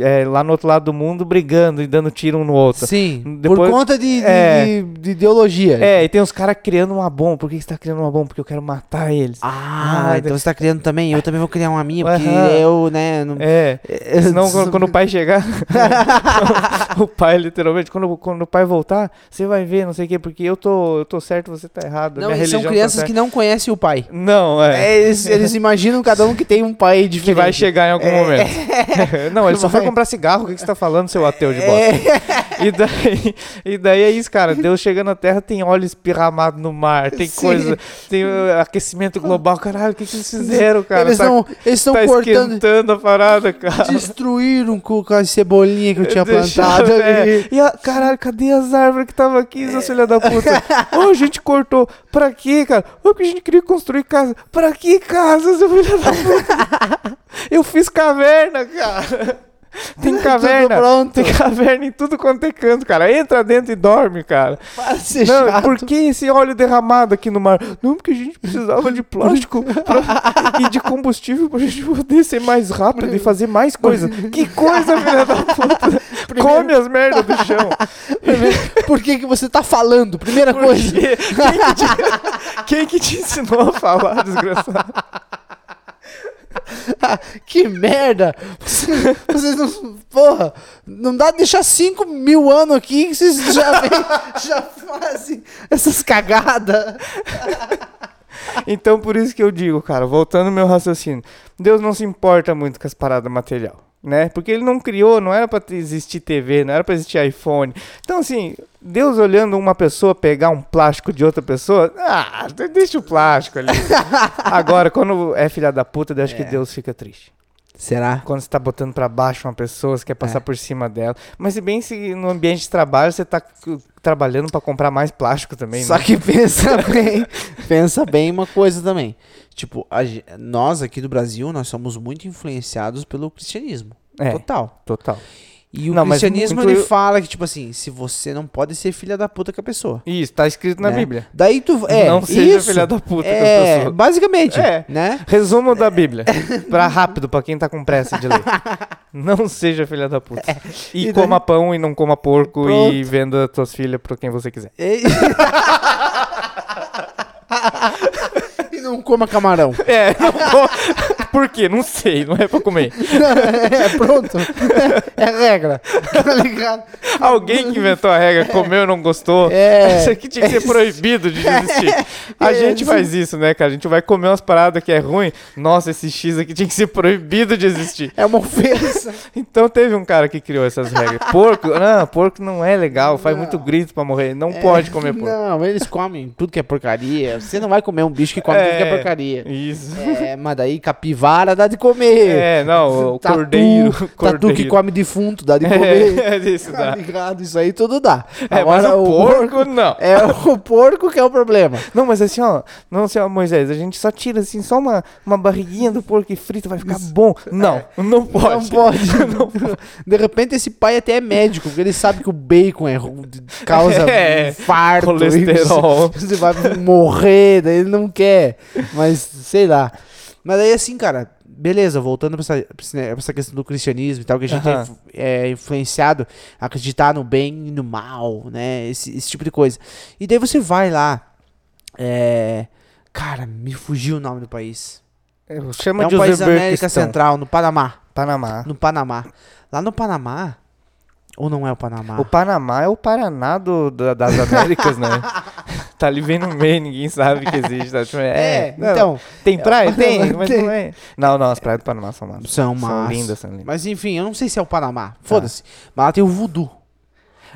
Speaker 1: é, lá no outro lado do mundo brigando e dando tiro um no outro.
Speaker 2: Sim, por
Speaker 1: Depois-
Speaker 2: conta de, de-
Speaker 1: é.
Speaker 2: de- de ideologia.
Speaker 1: É, e tem os caras criando uma bomba. Por que que você tá criando uma bomba? Porque eu quero matar eles.
Speaker 2: Ah,
Speaker 1: Ah,
Speaker 2: então você tá criando também. Eu também vou criar uma minha, porque
Speaker 1: Aham.
Speaker 2: eu, né, não
Speaker 1: É. Senão, quando, quando o pai
Speaker 2: (laughs)
Speaker 1: chegar. (laughs) o pai, literalmente, quando, quando o pai voltar, você vai ver, não sei o quê, porque eu tô, eu tô certo, você tá errado.
Speaker 2: Não,
Speaker 1: minha
Speaker 2: e são
Speaker 1: religião tá
Speaker 2: crianças
Speaker 1: certa.
Speaker 2: que não conhecem o pai.
Speaker 1: Não,
Speaker 2: É, eles, eles imaginam cada um que tem um pai diferente. É,
Speaker 1: que vai chegar em algum
Speaker 2: (laughs)
Speaker 1: momento. não, ele só foi
Speaker 2: Vai.
Speaker 1: comprar cigarro, o que que você tá falando, seu ateu
Speaker 2: É.
Speaker 1: de bosta?
Speaker 2: (laughs)
Speaker 1: E, daí, e daí é isso, cara. Deus chegando na Terra, tem óleo espirramado no mar, tem
Speaker 2: Sim.
Speaker 1: coisa, tem uh, aquecimento global. Caralho, o que, que eles fizeram, cara?
Speaker 2: é, eles
Speaker 1: tá,
Speaker 2: não, eles estão
Speaker 1: tá
Speaker 2: cortando,
Speaker 1: esquentando a parada, cara.
Speaker 2: destruíram com com as cebolinhas que eu tinha
Speaker 1: Deixaram,
Speaker 2: plantado
Speaker 1: é.
Speaker 2: ali.
Speaker 1: E a, caralho, cadê as árvores que tava aqui, seus filha da
Speaker 2: (laughs)
Speaker 1: puta? Ô, a gente cortou. Pra quê, cara? Ô, porque a gente queria construir casa. Pra que casa, seu filho da puta?
Speaker 2: (laughs)
Speaker 1: Eu fiz caverna, cara. Tem caverna.
Speaker 2: pronto.
Speaker 1: Tem caverna em tudo quanto é canto, cara. Entra dentro e dorme, cara.
Speaker 2: Para de
Speaker 1: (laughs)
Speaker 2: ser
Speaker 1: Não,
Speaker 2: chato.
Speaker 1: por que esse óleo derramado aqui no mar? Não, porque a gente precisava de (laughs) plástico pra- e de combustível pra gente poder ser mais rápido e fazer mais (laughs) coisa. Que coisa, filha da puta! Come as merdas do (laughs) chão.
Speaker 2: Primeiro, Por que, que você tá falando? Primeira
Speaker 1: Por
Speaker 2: coisa. (laughs)
Speaker 1: quê? Quem que, te, (laughs) quem que te ensinou a falar, desgraçado?
Speaker 2: ah, Que merda! Vocês- Vocês não. Porra! Não dá de deixar 5 mil anos aqui que vocês já, vem, (laughs) já fazem essas cagadas.
Speaker 1: Então, por isso que eu digo, cara, voltando ao meu raciocínio, Deus não se importa muito com as paradas material, né? Porque ele não criou, não era pra ter- existir TV, não era pra existir iPhone. Então, assim, Deus olhando uma pessoa pegar um plástico de outra pessoa, ah, de- deixa o plástico ali. Agora, quando é filha da puta, eu acho que Deus fica triste.
Speaker 2: Será?
Speaker 1: Quando você tá botando pra baixo uma pessoa, você quer passar por cima dela. Mas se bem se no ambiente de trabalho você tá c- trabalhando pra comprar mais plástico também,
Speaker 2: Só
Speaker 1: né?
Speaker 2: que pensa bem, pensa bem uma coisa também. Tipo, a ge- nós aqui do Brasil, nós somos muito influenciados pelo cristianismo.
Speaker 1: É.
Speaker 2: Total.
Speaker 1: (laughs) Total.
Speaker 2: E o
Speaker 1: Não, mas
Speaker 2: cristianismo
Speaker 1: muito
Speaker 2: ele
Speaker 1: eu-
Speaker 2: fala que tipo assim, se você não pode ser filha da puta com a pessoa.
Speaker 1: Isso, tá escrito na
Speaker 2: né?
Speaker 1: Bíblia.
Speaker 2: Daí tu é
Speaker 1: Não seja
Speaker 2: isso,
Speaker 1: filha da puta com a
Speaker 2: é,
Speaker 1: pessoa.
Speaker 2: basicamente,
Speaker 1: É. (laughs)
Speaker 2: né?
Speaker 1: Resumo da Bíblia. Pra rápido, pra quem tá com pressa
Speaker 2: (laughs)
Speaker 1: de ler. Não seja filha da puta. E,
Speaker 2: É. E daí-
Speaker 1: coma pão e não coma porco e
Speaker 2: Pronto.
Speaker 1: venda tuas filhas pra quem você quiser.
Speaker 2: E... (laughs) E não coma camarão.
Speaker 1: É, (laughs) não vou... Por quê? Não sei, não é pra comer.
Speaker 2: é, (laughs) pronto. É regra. Tá ligado?
Speaker 1: Alguém que inventou a regra, comeu e não gostou.
Speaker 2: É.
Speaker 1: Isso aqui tinha que ser proibido de desistir. A
Speaker 2: É,
Speaker 1: gente
Speaker 2: sim.
Speaker 1: faz isso, né, cara? A gente vai comer umas paradas que é ruim. Nossa, esse X aqui tinha que ser proibido de existir.
Speaker 2: É uma ofensa.
Speaker 1: Então teve um cara que criou essas regras.
Speaker 2: (laughs)
Speaker 1: Porco, não, porco não é legal, faz muito grito pra morrer, não pode
Speaker 2: (laughs)
Speaker 1: comer porco.
Speaker 2: É. Não, eles comem tudo que é porcaria. Você não vai comer um bicho que come tudo que é porcaria.
Speaker 1: Isso.
Speaker 2: É, mas daí capivara dá de comer.
Speaker 1: É, não, o
Speaker 2: Tatu-
Speaker 1: cordeiro, cordeiro.
Speaker 2: Tatu que come defunto dá de comer.
Speaker 1: (laughs) É, isso
Speaker 2: Tá
Speaker 1: dá.
Speaker 2: ligado? Isso aí tudo dá.
Speaker 1: É, mas o porco, não.
Speaker 2: É o porco que é o problema.
Speaker 1: Não, mas assim, ó, não, assim, ó, Moisés, a gente só tira assim, só uma, uma barriguinha do porco e frito, vai ficar bom. Não, não
Speaker 2: É. (laughs) Não
Speaker 1: pode.
Speaker 2: pode. De repente esse pai até é médico, porque ele sabe que o bacon é ru-
Speaker 1: (laughs)
Speaker 2: causa
Speaker 1: É,
Speaker 2: infarto,
Speaker 1: colesterol.
Speaker 2: Você vai morrer, daí ele não quer. Mas sei lá. Mas aí assim, cara, beleza, voltando pra essa, pra esse ne- pra essa questão do cristianismo e tal, que a gente é
Speaker 1: Aham.
Speaker 2: influ- é acreditado a acreditar no bem e no mal, né? Esse, esse tipo de coisa. E daí você vai lá. É. Cara, me fugiu o nome do país.
Speaker 1: Chama
Speaker 2: é um
Speaker 1: de
Speaker 2: país da América
Speaker 1: Uzbequistão.
Speaker 2: Central, no Panamá.
Speaker 1: Panamá.
Speaker 2: No Panamá. Lá no Panamá. Ou não é o Panamá?
Speaker 1: O Panamá é o Paraná do, da- das Américas, né? (laughs) tá ali bem no meio, ninguém sabe que existe. tá? Tipo,
Speaker 2: É,
Speaker 1: não,
Speaker 2: então.
Speaker 1: Tem praia? Tem, (laughs)
Speaker 2: Panamá
Speaker 1: mas
Speaker 2: tem.
Speaker 1: não é. Não, não, as praias do Panamá são massas.
Speaker 2: São massas.
Speaker 1: lindas, são lindas.
Speaker 2: Mas enfim, eu não sei se é o Panamá. Foda-se. Mas lá tem o voodoo,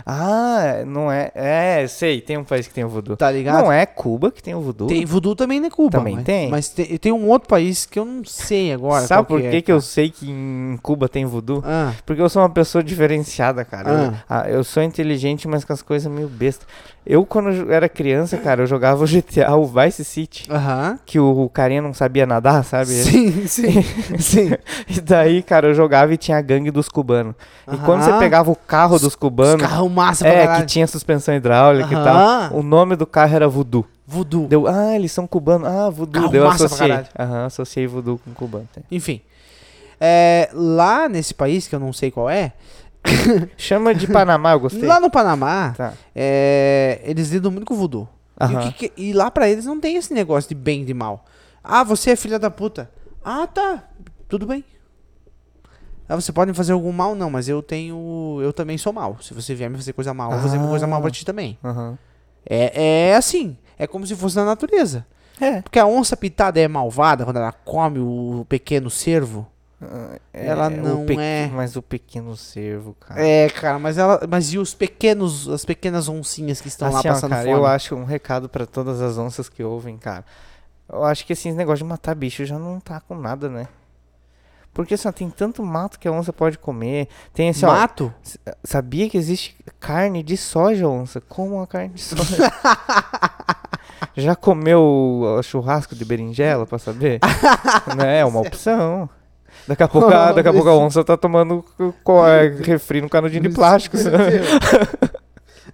Speaker 1: Ah, não é. É, sei, tem um país que tem o voodoo.
Speaker 2: tá ligado?
Speaker 1: Não é Cuba que tem o voodoo?
Speaker 2: Tem voodoo também na Cuba.
Speaker 1: Também
Speaker 2: mas,
Speaker 1: tem.
Speaker 2: Mas tem, tem um outro país que eu não sei agora.
Speaker 1: Sabe
Speaker 2: qual
Speaker 1: por
Speaker 2: que,
Speaker 1: que,
Speaker 2: é,
Speaker 1: que eu
Speaker 2: cara.
Speaker 1: sei que em Cuba tem voodoo?
Speaker 2: Ah,
Speaker 1: Porque eu sou uma pessoa diferenciada, cara. Eu,
Speaker 2: Ah.
Speaker 1: ah, eu sou inteligente, mas com as coisas meio besta. Eu, quando eu era criança, cara, eu jogava o GTA, o Vice City.
Speaker 2: Aham.
Speaker 1: Que o, o carinha não sabia nadar, sabe? (laughs)
Speaker 2: Sim, sim, sim.
Speaker 1: E daí, cara, eu jogava e tinha a gangue dos cubanos. E quando você
Speaker 2: Aham.
Speaker 1: pegava o carro dos
Speaker 2: Os
Speaker 1: cubanos,
Speaker 2: carros massa pra
Speaker 1: é,
Speaker 2: caralho.
Speaker 1: que tinha suspensão hidráulica e
Speaker 2: Aham.
Speaker 1: tal, o nome do carro era Voodoo.
Speaker 2: Voodoo.
Speaker 1: Deu, ah, eles são cubanos. Ah, voodoo.
Speaker 2: Carro
Speaker 1: Deu,
Speaker 2: massa pra
Speaker 1: associei.
Speaker 2: caralho.
Speaker 1: Aham, associei voodoo com cubano. tá.
Speaker 2: Enfim. É, lá nesse país, que eu não sei qual é,
Speaker 1: Chama de Panamá, eu gostei.
Speaker 2: lá no Panamá,
Speaker 1: Tá.
Speaker 2: é, eles lidam muito com o voodoo. E, o
Speaker 1: Aham.
Speaker 2: que que- e lá pra eles não tem esse negócio de bem e de mal. Ah, você é filha da puta. Ah, tá. Tudo bem. Ah, você pode me fazer algum mal? Não, mas eu tenho. Eu também sou mal. Se você vier me fazer coisa mal, eu vou fazer
Speaker 1: Ah.
Speaker 2: uma coisa mal pra ti também.
Speaker 1: Aham.
Speaker 2: É, é assim. É como se fosse na natureza.
Speaker 1: É.
Speaker 2: Porque a onça pitada é malvada quando ela come o pequeno cervo. Ela
Speaker 1: Ah, o
Speaker 2: não
Speaker 1: pequ-
Speaker 2: é.
Speaker 1: Mas o pequeno cervo, cara.
Speaker 2: É, cara, mas ela. Mas e os pequenos. As pequenas oncinhas que estão
Speaker 1: assim,
Speaker 2: lá
Speaker 1: ó,
Speaker 2: passando
Speaker 1: cara,
Speaker 2: fome?
Speaker 1: eu acho um recado pra todas as onças que ouvem, cara. Eu acho que assim, esse negócio de matar bicho já não tá com nada, né? Porque assim, ó, tem tanto mato que a onça pode comer. Tem assim, ó.
Speaker 2: Mato?
Speaker 1: S- Sabia que existe carne de soja, onça? Como a carne de soja?
Speaker 2: (laughs)
Speaker 1: Já comeu o churrasco de berinjela pra
Speaker 2: (laughs)
Speaker 1: saber? né? É uma opção. Daqui a pouco,
Speaker 2: (laughs)
Speaker 1: a, daqui a, pouco a onça tá tomando co- co- é, refri no canudinho de
Speaker 2: (laughs)
Speaker 1: plástico. sabe?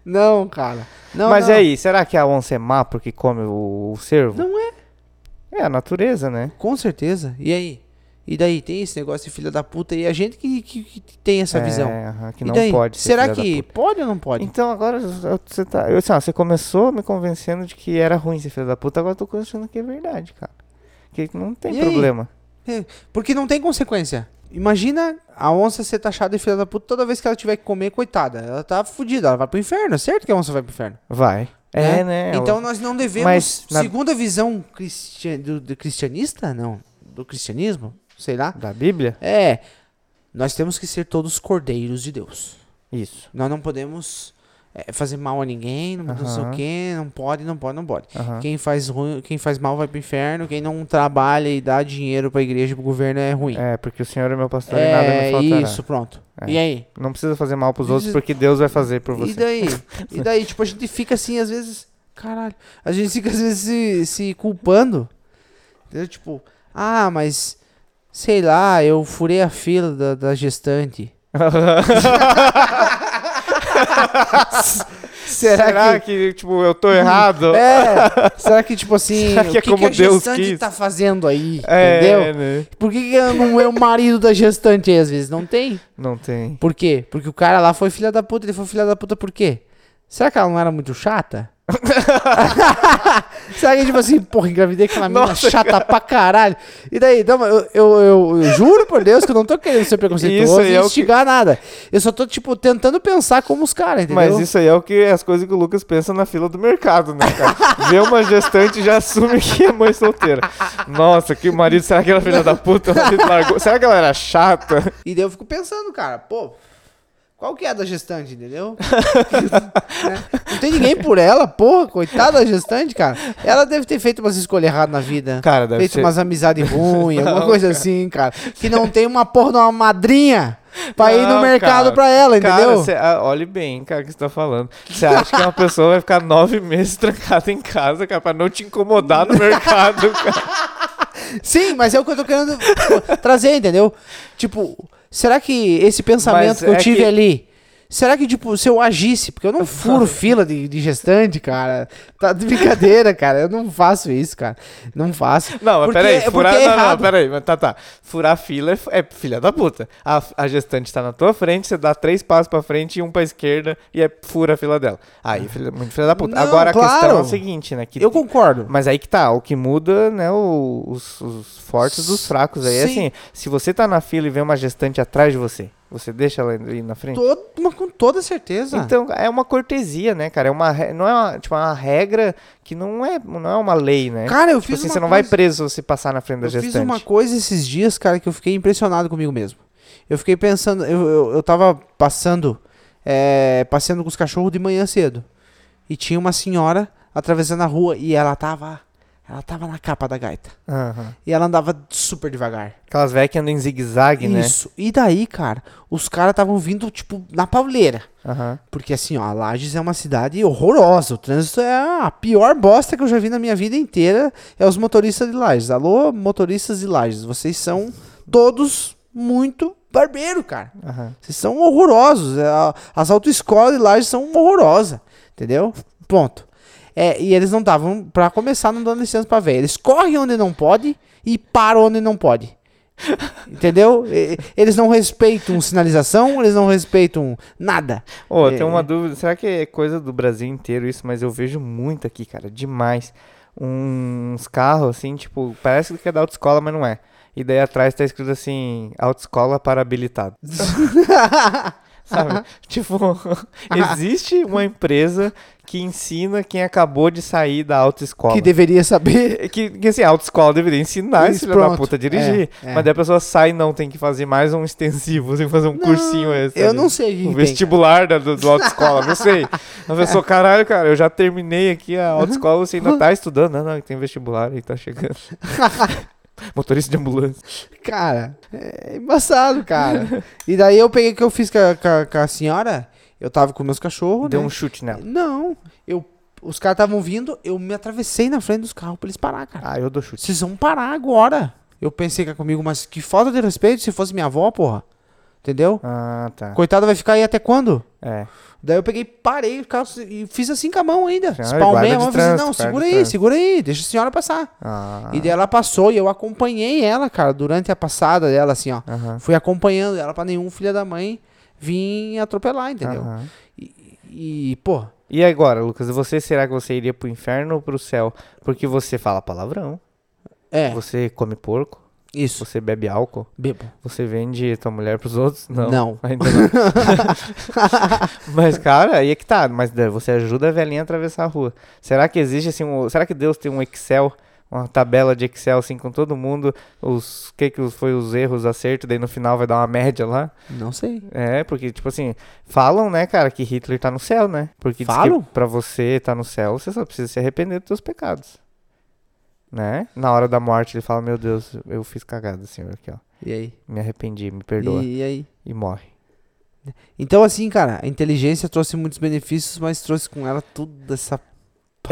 Speaker 2: Não, cara. Não,
Speaker 1: Mas
Speaker 2: não.
Speaker 1: e aí, será que a onça é má porque come o, o cervo?
Speaker 2: Não é.
Speaker 1: É a natureza, né?
Speaker 2: Com certeza. E aí? E daí? Tem esse negócio de filha da puta e a gente que, que, que tem essa
Speaker 1: É,
Speaker 2: visão.
Speaker 1: aham, que
Speaker 2: E
Speaker 1: não
Speaker 2: daí?
Speaker 1: pode ser
Speaker 2: Será
Speaker 1: filha da
Speaker 2: que
Speaker 1: puta.
Speaker 2: pode ou não pode?
Speaker 1: Então agora eu- você tá. Eu, assim, ó, você começou me convencendo de que era ruim ser filho da puta, agora eu tô convencendo que é verdade, cara. Que não tem
Speaker 2: E aí?
Speaker 1: problema.
Speaker 2: É, Porque não tem consequência. Imagina a onça ser taxada de filha da puta toda vez que ela tiver que comer, coitada. Ela tá fudida, ela vai pro inferno. É certo que a onça vai pro inferno.
Speaker 1: Vai. É, né?
Speaker 2: Então
Speaker 1: o-
Speaker 2: nós não devemos.
Speaker 1: Mas na-
Speaker 2: Segundo a visão cristian... do, do cristianista, não. Do cristianismo, sei lá.
Speaker 1: Da Bíblia?
Speaker 2: É. Nós temos que ser todos cordeiros de Deus.
Speaker 1: Isso.
Speaker 2: Nós não podemos é, fazer mal a ninguém, não, não sei o
Speaker 1: Aham.
Speaker 2: quê, não pode, não pode, não pode.
Speaker 1: Aham.
Speaker 2: Quem faz ruim, quem faz mal vai pro inferno, quem não trabalha e dá dinheiro pra igreja e pro governo é ruim.
Speaker 1: É, porque o Senhor é meu pastor e nada É. me
Speaker 2: É,
Speaker 1: faltará.
Speaker 2: isso, pronto. E aí?
Speaker 1: Não precisa fazer mal pros
Speaker 2: Isso-
Speaker 1: outros, porque Deus vai fazer por você. (laughs)
Speaker 2: E daí? E daí, tipo, a gente fica assim, às vezes. Caralho. A gente fica, às vezes, se, se culpando. Entendeu? Tipo, ah, mas. Sei lá, eu furei a fila da, da gestante.
Speaker 1: (laughs)
Speaker 2: Será,
Speaker 1: Será
Speaker 2: que.
Speaker 1: que, tipo, eu tô (laughs) errado?
Speaker 2: É, será que, tipo
Speaker 1: (laughs)
Speaker 2: assim,
Speaker 1: Será que é
Speaker 2: o que,
Speaker 1: como
Speaker 2: que a
Speaker 1: Deus
Speaker 2: gestante
Speaker 1: quis?
Speaker 2: tá fazendo aí?
Speaker 1: É,
Speaker 2: entendeu?
Speaker 1: né?
Speaker 2: Por que, que não é o marido da gestante aí, às vezes? Não tem.
Speaker 1: Não tem.
Speaker 2: Por quê? Porque o cara lá foi filha da puta, ele foi filha da puta por quê? Será que ela não era
Speaker 1: (laughs)
Speaker 2: muito chata? Será que, tipo assim, porra, engravidei aquela menina
Speaker 1: Nossa,
Speaker 2: chata pra caralho? E daí, não, mas eu, eu, eu- eu juro por Deus que eu não tô querendo ser preconceituoso
Speaker 1: Isso aí
Speaker 2: e
Speaker 1: é o que-
Speaker 2: instigar nada. Eu só tô, tipo, tentando pensar como os caras, entendeu?
Speaker 1: Mas isso aí é o que as coisas que o Lucas pensa na fila do mercado, né,
Speaker 2: (laughs)
Speaker 1: cara? Vê uma gestante e já assume que é mãe solteira. Nossa, que marido, será que ela é filha da puta? O marido largou. Será que ela era chata?
Speaker 2: E daí eu fico pensando, cara, pô, qual que é a da
Speaker 1: (laughs)
Speaker 2: gestante, entendeu? Né? Não tem ninguém por ela, porra, coitada da gestante, cara. Ela deve ter feito umas escolhas erradas na vida.
Speaker 1: Cara, deve
Speaker 2: Feito
Speaker 1: ser.
Speaker 2: umas
Speaker 1: (laughs)
Speaker 2: amizades ruins, alguma coisa assim, cara. Que não tem uma porra de uma madrinha pra ir no
Speaker 1: Não,
Speaker 2: mercado
Speaker 1: cara.
Speaker 2: pra ela,
Speaker 1: Cara,
Speaker 2: entendeu?
Speaker 1: cê- ah, olhe bem, cara, o que você tá falando. Você acha que uma pessoa vai ficar nove meses trancada em casa, cara, pra não te incomodar no
Speaker 2: (laughs)
Speaker 1: mercado, cara?
Speaker 2: Sim, mas é o que eu tô querendo pô, trazer, entendeu? Tipo, será que esse pensamento
Speaker 1: Mas
Speaker 2: que eu
Speaker 1: é
Speaker 2: tive
Speaker 1: que-
Speaker 2: ali. Será que, tipo, se eu agisse, porque eu não furo fila de, de gestante, cara. Tá de brincadeira, cara. Eu não faço isso, cara. Não faço.
Speaker 1: Não, mas
Speaker 2: Porque-
Speaker 1: peraí,
Speaker 2: porque
Speaker 1: furar.
Speaker 2: é
Speaker 1: não, não,
Speaker 2: errado.
Speaker 1: peraí, mas tá, tá. Furar fila é, f- é filha da puta. A, a gestante tá na tua frente, você dá três passos pra frente e um pra esquerda e é fura a fila dela. Aí, filha- muito filha da puta.
Speaker 2: Ah. Não,
Speaker 1: Agora a questão é o
Speaker 2: claro.
Speaker 1: seguinte, né? Que
Speaker 2: Eu concordo.
Speaker 1: Mas aí que tá, o que muda, né, o- os, os fortes dos fracos aí. É
Speaker 2: Sim.
Speaker 1: assim, se você tá na fila e vê uma gestante atrás de você, você deixa ela ir na frente?
Speaker 2: Todo- mas com toda certeza.
Speaker 1: Então, é uma cortesia, né, cara? É uma, re- não é uma, tipo, uma regra que não é, não é uma lei, né?
Speaker 2: Cara, eu
Speaker 1: tipo
Speaker 2: fiz
Speaker 1: assim,
Speaker 2: uma
Speaker 1: você não vai
Speaker 2: coisa-
Speaker 1: preso se você passar na frente da
Speaker 2: Eu
Speaker 1: gestante.
Speaker 2: fiz uma coisa esses dias, cara, que eu fiquei impressionado comigo mesmo. Eu fiquei pensando, eu, eu, eu tava passando, é, passeando com os cachorros de manhã cedo. E tinha uma senhora atravessando a rua e ela tava, ela tava na capa da gaita.
Speaker 1: Aham.
Speaker 2: E ela andava super devagar.
Speaker 1: Aquelas velhas que andam em zigue-zague, né?
Speaker 2: Isso. E daí, cara, os caras estavam vindo, tipo, na pauleira.
Speaker 1: Aham.
Speaker 2: Porque assim, ó, Lages é uma cidade horrorosa. O trânsito é a pior bosta que eu já vi na minha vida inteira. É os motoristas de Lages. Alô, motoristas de Lages. Vocês são todos muito barbeiro, cara.
Speaker 1: Aham.
Speaker 2: Vocês são horrorosos. é, a- As autoescolas de Lages são horrorosas. Entendeu? Ponto. É, e eles não davam, pra começar, não dando licença pra ver. Eles correm onde não pode e param onde não pode. Entendeu? E- Eles não respeitam sinalização, eles não respeitam nada.
Speaker 1: Ô, eu
Speaker 2: É.
Speaker 1: tenho uma dúvida. Será que é coisa do Brasil inteiro isso? Mas eu vejo muito aqui, cara. Demais. Uns carros, assim, tipo, parece que é da autoescola, mas não é. E daí atrás tá escrito assim, autoescola para habilitado. (laughs) Sabe? tipo, existe uma empresa que ensina quem acabou de sair da autoescola.
Speaker 2: que deveria saber.
Speaker 1: Que, que assim, a autoescola deveria ensinar esse
Speaker 2: Isso,
Speaker 1: filho da
Speaker 2: pronto.
Speaker 1: puta a dirigir.
Speaker 2: É, é.
Speaker 1: Mas daí a pessoa sai e não, tem que fazer mais um extensivo, (laughs) tem que fazer um cursinho extra.
Speaker 2: eu
Speaker 1: ali.
Speaker 2: não sei o que
Speaker 1: O
Speaker 2: que tem,
Speaker 1: vestibular da, do, do autoescola, não
Speaker 2: (laughs)
Speaker 1: sei. A pessoa, caralho, cara, eu já terminei aqui a
Speaker 2: Uhum.
Speaker 1: autoescola, você ainda tá estudando. Não, não, tem vestibular aí, tá chegando.
Speaker 2: (laughs)
Speaker 1: Motorista de ambulância.
Speaker 2: Cara, é embaçado,
Speaker 1: (laughs)
Speaker 2: cara. e daí eu peguei o que eu fiz com a, com a- com a senhora. Eu tava com meus cachorros.
Speaker 1: Deu
Speaker 2: né?
Speaker 1: um chute nela.
Speaker 2: Não, eu, os caras estavam vindo, eu me atravessei na frente dos carros pra eles parar, cara.
Speaker 1: Ah, eu dou chute.
Speaker 2: Vocês vão parar agora. Eu pensei que era comigo, mas que falta de respeito se fosse minha avó, porra. Entendeu?
Speaker 1: Ah, tá.
Speaker 2: Coitada vai ficar aí até quando?
Speaker 1: É.
Speaker 2: Daí eu peguei, parei o carro e fiz assim com a mão ainda.
Speaker 1: Senhora, guarda
Speaker 2: Espalmei
Speaker 1: de
Speaker 2: a mão e fiz assim,
Speaker 1: trânsito,
Speaker 2: não,
Speaker 1: guarda de
Speaker 2: segura aí,
Speaker 1: trânsito."
Speaker 2: segura aí, deixa a senhora passar.
Speaker 1: Ah,
Speaker 2: E daí ela passou e eu acompanhei ela, cara, durante a passada dela, assim, ó.
Speaker 1: Aham.
Speaker 2: Fui acompanhando ela pra nenhum filho da mãe vir atropelar, entendeu?
Speaker 1: aham.
Speaker 2: E, e, pô,
Speaker 1: E agora, Lucas, você será que você iria pro inferno ou pro céu? Porque você fala palavrão,
Speaker 2: é,
Speaker 1: você come porco,
Speaker 2: isso.
Speaker 1: você bebe álcool.
Speaker 2: Bebo.
Speaker 1: Você vende tua mulher pros outros? Não.
Speaker 2: Não.
Speaker 1: (laughs) Ainda não. mas, cara, aí é que tá. Mas daí você ajuda a velhinha a atravessar a rua. Será que existe assim um. Será que Deus tem um Excel uma tabela de Excel assim com todo mundo, os que que foi os erros, acertos, daí no final vai dar uma média lá.
Speaker 2: Não sei.
Speaker 1: É, porque tipo assim, falam, né, cara, que Hitler tá no céu, né? Porque diz
Speaker 2: Falam?
Speaker 1: que pra você tá no céu, você só precisa se arrepender dos seus pecados. Né? Na hora da morte ele fala: "Meu Deus, eu fiz cagada, Senhor, aqui, ó.
Speaker 2: E aí?
Speaker 1: Me arrependi, me perdoa."
Speaker 2: E, e aí?
Speaker 1: e morre.
Speaker 2: Então, assim, cara, a inteligência trouxe muitos benefícios, mas trouxe com ela toda essa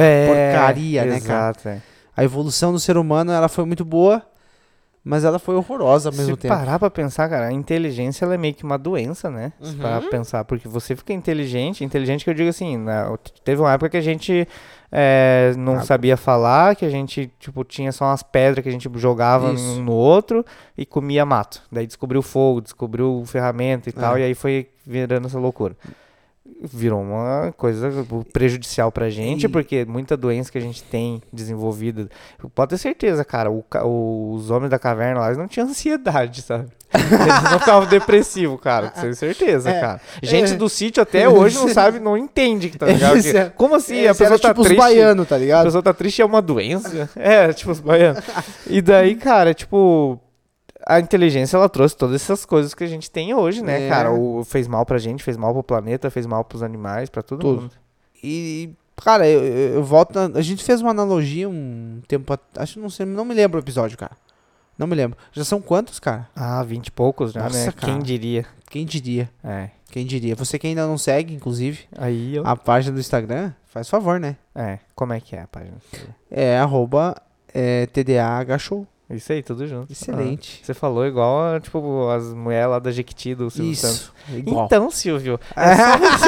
Speaker 2: porcaria, né, cara?
Speaker 1: exato, é.
Speaker 2: A evolução do ser humano, ela foi muito boa, mas ela foi horrorosa ao
Speaker 1: Se
Speaker 2: mesmo tempo.
Speaker 1: parar pra pensar, cara, a inteligência ela é meio que uma doença, né? Se
Speaker 2: Uhum.
Speaker 1: parar pra pensar, porque você fica inteligente, inteligente que eu digo assim, na- teve uma época que a gente é, não sabia falar, que a gente, tipo, tinha só umas pedras que a gente jogava
Speaker 2: Isso.
Speaker 1: um no outro e comia mato. Daí descobriu fogo, descobriu ferramenta e
Speaker 2: É.
Speaker 1: tal, e aí foi virando essa loucura. Virou uma coisa tipo, prejudicial pra gente,
Speaker 2: E-
Speaker 1: porque muita doença que a gente tem desenvolvida. Pode ter certeza, cara, o ca- o- os homens da caverna lá, eles não tinham (laughs) ansiedade, sabe? Eles não ficavam depressivos,
Speaker 2: (laughs)
Speaker 1: cara, com certeza,
Speaker 2: É.
Speaker 1: cara. Gente
Speaker 2: É.
Speaker 1: do sítio
Speaker 2: (laughs)
Speaker 1: até hoje não sabe, não entende que tá ligado.
Speaker 2: Esse é-
Speaker 1: Que- Como assim?
Speaker 2: Esse
Speaker 1: a pessoa
Speaker 2: era
Speaker 1: tá
Speaker 2: tipo
Speaker 1: triste.
Speaker 2: os baianos, tá
Speaker 1: A
Speaker 2: ligado?
Speaker 1: pessoa tá triste é uma doença. (laughs) É, tipo os baianos. E daí, cara, tipo. A inteligência, ela trouxe todas essas coisas que a gente tem hoje, né,
Speaker 2: É.
Speaker 1: cara? O, fez mal pra gente, fez mal pro planeta, fez mal pros animais, pra todo
Speaker 2: Tudo.
Speaker 1: mundo.
Speaker 2: E, cara, eu, eu- eu volto. na- A gente fez uma analogia um tempo atrás. Acho que não sei, não me lembro o episódio, cara. Não me lembro. Já são quantos, cara?
Speaker 1: Ah, vinte e poucos já,
Speaker 2: Nossa,
Speaker 1: né?
Speaker 2: cara.
Speaker 1: Quem diria?
Speaker 2: Quem diria?
Speaker 1: É.
Speaker 2: Quem diria? Você que ainda não segue, inclusive,
Speaker 1: Aí eu...
Speaker 2: a página do Instagram, faz favor, né?
Speaker 1: É, como é que é a página?
Speaker 2: É arroba é, TDAHshow.
Speaker 1: Isso aí, tudo junto. Ah,
Speaker 2: Excelente.
Speaker 1: Você falou igual, tipo, as mulheres lá da Jequiti do Silvio Santos.
Speaker 2: Isso. Igual.
Speaker 1: Então, Silvio,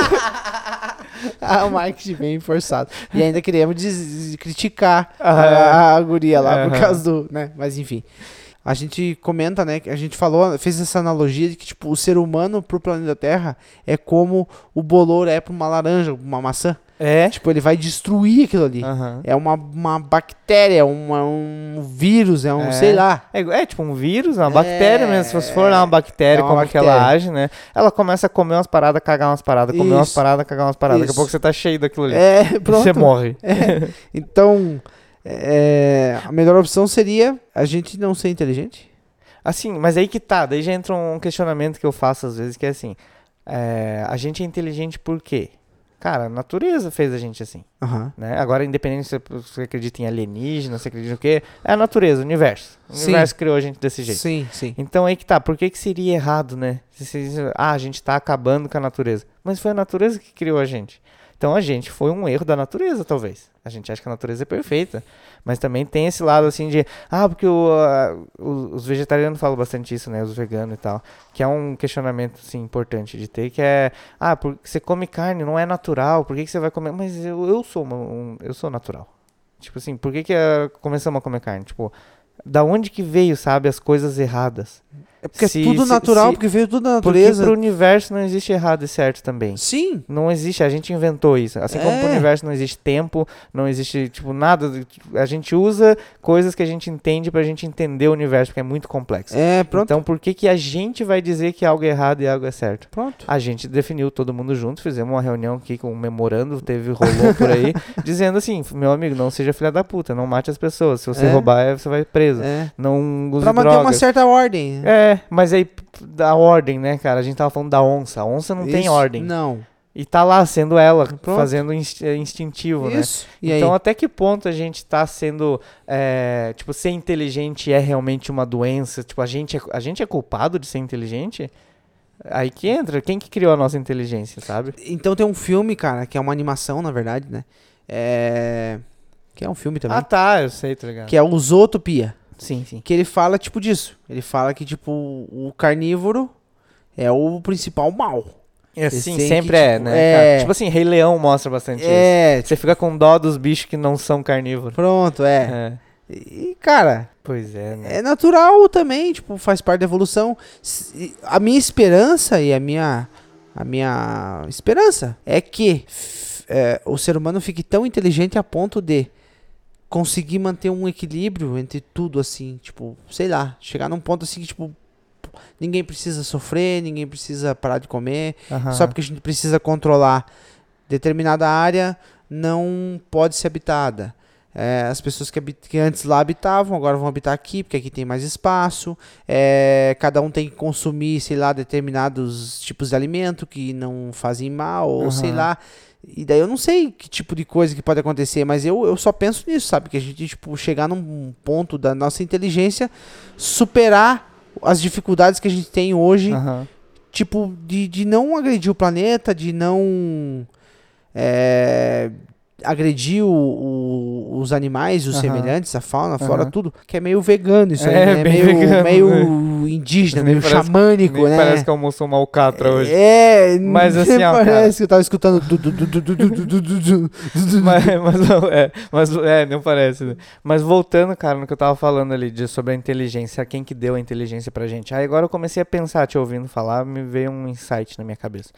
Speaker 2: (laughs) ah, o Mike de bem forçado. E ainda queríamos des- criticar
Speaker 1: Ah.
Speaker 2: a, a guria lá por
Speaker 1: Aham.
Speaker 2: causa do. Né? Mas enfim. A gente comenta, né? que A gente falou, fez essa analogia de que, tipo, o ser humano pro planeta Terra é como o bolor é pra uma laranja, pra uma maçã.
Speaker 1: é...
Speaker 2: Tipo, ele vai destruir aquilo ali.
Speaker 1: Aham.
Speaker 2: É uma, uma bactéria, uma, um vírus, é um,
Speaker 1: É.
Speaker 2: sei lá.
Speaker 1: É, igu- é tipo um vírus, uma bactéria mesmo. Se você for olhar uma bactéria,
Speaker 2: é uma
Speaker 1: como que ela
Speaker 2: bactéria.
Speaker 1: age, né? Ela começa a comer umas paradas, cagar umas paradas, comer umas
Speaker 2: Isso.
Speaker 1: paradas, cagar umas paradas. Daqui a
Speaker 2: Isso.
Speaker 1: pouco você tá cheio daquilo ali.
Speaker 2: É,
Speaker 1: E
Speaker 2: pronto.
Speaker 1: você morre.
Speaker 2: Então, é, a melhor opção seria a gente não ser inteligente.
Speaker 1: Assim, mas aí que tá, daí já entra um questionamento que eu faço às vezes, que é assim. é, a gente é inteligente por quê? Cara, a natureza fez a gente assim.
Speaker 2: Aham.
Speaker 1: né? Agora, independente se você- se você acredita em alienígena, se acredita no quê, é a natureza, o universo. O
Speaker 2: Sim.
Speaker 1: universo criou a gente desse jeito.
Speaker 2: Sim, sim.
Speaker 1: Então aí que tá, por que, que seria errado, né? Se você diz, ah, a gente tá acabando com a natureza. Mas foi a natureza que criou a gente. Então a gente foi um erro da natureza, talvez. A gente acha que a natureza é perfeita. Mas também tem esse lado assim de, ah, porque o, ah, o- os vegetarianos falam bastante isso, né? Os veganos e tal. Que é um questionamento assim, importante de ter, que é, ah, porque você come carne, não é natural, por que, que você vai comer? Mas eu, eu sou uma- um- eu sou natural. Tipo assim, por que, que ah, começamos a comer carne? Tipo, da onde que veio, sabe, as coisas erradas?
Speaker 2: É porque
Speaker 1: Se-
Speaker 2: é tudo
Speaker 1: se-
Speaker 2: natural,
Speaker 1: se-
Speaker 2: porque veio tudo da
Speaker 1: Porque
Speaker 2: natureza.
Speaker 1: pro universo não existe errado e certo também.
Speaker 2: Sim.
Speaker 1: Não existe, a gente inventou isso. Assim como pro
Speaker 2: É.
Speaker 1: universo não existe tempo, não existe, tipo, nada. do- A gente usa coisas que a gente entende pra gente entender o universo, porque é muito complexo.
Speaker 2: É, pronto.
Speaker 1: Então por que, que a gente vai dizer que algo é errado e algo é certo?
Speaker 2: Pronto.
Speaker 1: A gente definiu todo mundo junto, fizemos uma reunião aqui com um memorando, teve rolou por
Speaker 2: (laughs)
Speaker 1: aí, dizendo assim, meu amigo, não seja filha da puta, não mate as pessoas. Se você
Speaker 2: É.
Speaker 1: roubar, é- você vai preso.
Speaker 2: É.
Speaker 1: Não use
Speaker 2: Pra manter uma
Speaker 1: drogas.
Speaker 2: certa ordem.
Speaker 1: É, mas aí p- da ordem, né, cara? A gente tava falando da onça. A onça não tem
Speaker 2: Isso,
Speaker 1: ordem.
Speaker 2: Não.
Speaker 1: E tá lá sendo ela,
Speaker 2: Pronto.
Speaker 1: fazendo inst- eh, instintivo, né?
Speaker 2: Isso. E
Speaker 1: então,
Speaker 2: aí?
Speaker 1: até que ponto a gente tá sendo. é, tipo, ser inteligente é realmente uma doença? Tipo, a gente, é, a gente é culpado de ser inteligente? Aí que entra. Quem que criou a nossa inteligência, sabe?
Speaker 2: Então tem um filme, cara, que é uma animação, na verdade, né? É... Que é um filme também.
Speaker 1: Ah, tá, eu sei, tá ligado?
Speaker 2: Que é o Zootopia.
Speaker 1: Sim, sim.
Speaker 2: que ele fala tipo disso. Ele fala que tipo o carnívoro é o principal mal.
Speaker 1: É,
Speaker 2: Eles
Speaker 1: sim,
Speaker 2: têm que,
Speaker 1: sempre é,
Speaker 2: tipo,
Speaker 1: né?
Speaker 2: é.
Speaker 1: cara? Tipo assim, Rei Leão mostra bastante isso.
Speaker 2: É,
Speaker 1: Você fica com dó dos bichos que não são carnívoros.
Speaker 2: pronto, é.
Speaker 1: É.
Speaker 2: E cara,
Speaker 1: Pois é, né?
Speaker 2: é natural também, tipo, faz parte da evolução. S- e A minha esperança e a minha a minha esperança é que f- é, o ser humano fique tão inteligente a ponto de conseguir manter um equilíbrio entre tudo assim, tipo, sei lá, chegar num ponto assim que tipo ninguém precisa sofrer, ninguém precisa parar de comer,
Speaker 1: Aham.
Speaker 2: Só porque a gente precisa controlar determinada área não pode ser habitada. é, as pessoas que, habit- que antes lá habitavam agora vão habitar aqui, porque aqui tem mais espaço. é, cada um tem que consumir, sei lá, determinados tipos de alimento que não fazem mal, ou sei lá. E daí eu não sei que tipo de coisa que pode acontecer, mas eu, eu só penso nisso, sabe? Que a gente, tipo, chegar num ponto da nossa inteligência, superar as dificuldades que a gente tem hoje
Speaker 1: Aham.
Speaker 2: tipo, de, de não agredir o planeta, de não é, agredir o- o- os animais, os
Speaker 1: Aham.
Speaker 2: semelhantes, a fauna, a flora,
Speaker 1: Aham.
Speaker 2: tudo, que é meio vegano isso aí,
Speaker 1: É,
Speaker 2: né?
Speaker 1: bem
Speaker 2: meio,
Speaker 1: vegano, né?
Speaker 2: meio indígena,
Speaker 1: Nem
Speaker 2: meio
Speaker 1: parece-
Speaker 2: xamânico,
Speaker 1: Nem
Speaker 2: né?
Speaker 1: Parece que almoçou uma alcatra hoje. (laughs)
Speaker 2: É, (laughs)
Speaker 1: Mas assim, ó,
Speaker 2: parece
Speaker 1: cara.
Speaker 2: que eu tava escutando. du- du- du- du- du- du- du- du- du-
Speaker 1: mas, mas, é, mas é, não parece. né? Mas voltando, cara, no que eu tava falando ali de, sobre a inteligência, quem que deu a inteligência pra gente. Aí agora eu comecei a pensar, te ouvindo falar, me veio um insight na minha cabeça.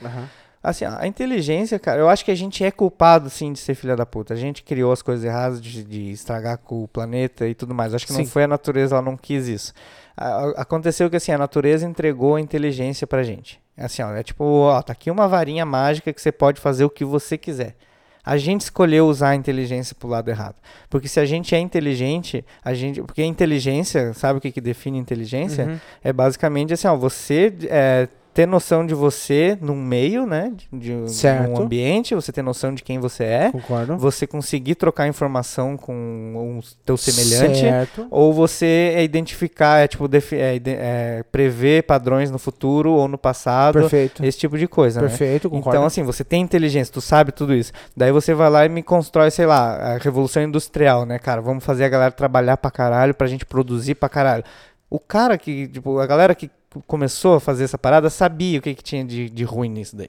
Speaker 1: Assim, a inteligência, cara, eu acho que a gente é culpado, sim, de ser filha da puta. A gente criou as coisas erradas, de, de estragar com o planeta e tudo mais. Acho que não
Speaker 2: Sim.
Speaker 1: foi a natureza, ela não quis isso. A- a- Aconteceu que, assim, a natureza entregou a inteligência pra gente. Assim, ó, é tipo, ó, tá aqui uma varinha mágica que você pode fazer o que você quiser. A gente escolheu usar a inteligência pro lado errado. Porque se a gente é inteligente, a gente. Porque a inteligência, sabe o que, que define inteligência?
Speaker 2: Uhum.
Speaker 1: É basicamente assim, ó, você é, ter noção de você num meio, né? De, de um-
Speaker 2: Certo. Uhum.
Speaker 1: de um ambiente, você ter noção de quem você é,
Speaker 2: Concordo.
Speaker 1: você conseguir trocar informação com um teu semelhante.
Speaker 2: Certo.
Speaker 1: Ou você é identificar, é tipo, defi- é, ide- é, prever padrões no futuro ou no passado,
Speaker 2: Perfeito.
Speaker 1: esse tipo de coisa, né?
Speaker 2: Perfeito, concordo.
Speaker 1: Então, assim, você tem inteligência, tu sabe tudo isso. Daí você vai lá e me constrói, sei lá, a revolução industrial, né, cara? Vamos fazer a galera trabalhar pra caralho, pra gente produzir pra caralho. O cara que, tipo, a galera que começou a fazer essa parada sabia o que, que tinha de, de ruim nisso daí.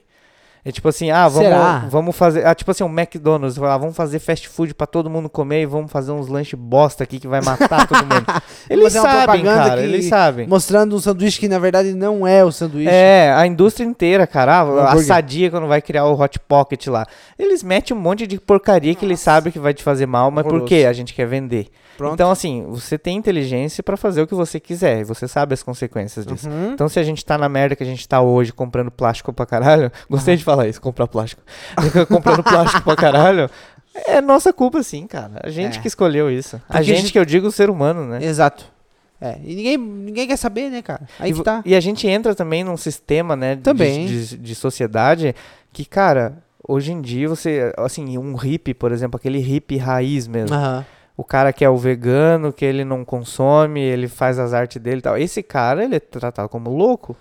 Speaker 1: É tipo assim, ah, vamos,
Speaker 2: Será?
Speaker 1: vamos fazer. Ah, tipo assim, um McDonald's, vai lá, vamos fazer fast food pra todo mundo comer e vamos fazer uns lanches bosta aqui que vai matar todo
Speaker 2: (laughs)
Speaker 1: mundo. Eles
Speaker 2: Fazer uma
Speaker 1: sabem,
Speaker 2: propaganda
Speaker 1: cara,
Speaker 2: que-
Speaker 1: eles sabem.
Speaker 2: Mostrando um sanduíche que na verdade não é o sanduíche.
Speaker 1: É, a indústria inteira, cara. A, a
Speaker 2: hambúrguer.
Speaker 1: Sadia, quando vai criar o Hot Pocket lá. Eles metem um monte de porcaria que eles sabem que vai te fazer mal, mas por
Speaker 2: Horroroso.
Speaker 1: quê? A gente quer vender.
Speaker 2: Pronto.
Speaker 1: Então, assim, você tem inteligência pra fazer o que você quiser. E você sabe as consequências disso.
Speaker 2: Uhum.
Speaker 1: Então, se a gente tá na merda que a gente tá hoje comprando plástico pra caralho. (laughs) Gostei de falar isso, comprar plástico. (laughs) comprando plástico pra caralho. É nossa culpa, sim, cara. A gente
Speaker 2: É.
Speaker 1: que escolheu isso. a
Speaker 2: Porque
Speaker 1: gente
Speaker 2: ge-
Speaker 1: que eu digo o ser humano, né?
Speaker 2: Exato. É. E ninguém, ninguém quer saber, né, cara? Aí
Speaker 1: e,
Speaker 2: que
Speaker 1: vo-
Speaker 2: tá.
Speaker 1: e a gente entra também num sistema, né, de-
Speaker 2: Também.
Speaker 1: De, de sociedade que, cara, hoje em dia você, assim, um hippie, por exemplo, aquele hippie raiz mesmo.
Speaker 2: Aham.
Speaker 1: O cara que é o vegano, que ele não consome, ele faz as artes dele e tal. Esse cara, ele é tratado como louco,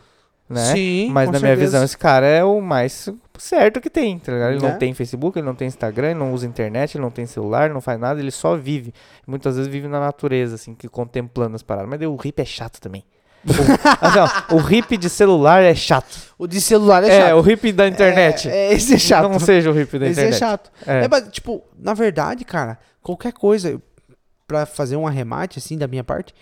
Speaker 1: né?
Speaker 2: Sim,
Speaker 1: Mas
Speaker 2: com
Speaker 1: na minha
Speaker 2: certeza.
Speaker 1: visão, esse cara é o mais certo que tem, tá ligado? Ele
Speaker 2: Né?
Speaker 1: não tem Facebook, ele não tem Instagram, ele não usa internet, ele não tem celular, ele não faz nada, ele só vive. Muitas vezes vive na natureza, assim, que contemplando as paradas. Mas daí o hippie é chato também. O, (laughs) assim, ó, o hippie de celular é chato.
Speaker 2: O de celular é
Speaker 1: É,
Speaker 2: chato.
Speaker 1: o hippie da internet.
Speaker 2: É, esse é chato.
Speaker 1: Não seja o hippie da
Speaker 2: esse
Speaker 1: internet.
Speaker 2: é chato.
Speaker 1: É.
Speaker 2: É, mas, tipo, na verdade, cara, qualquer coisa, pra fazer um arremate, assim, da minha parte,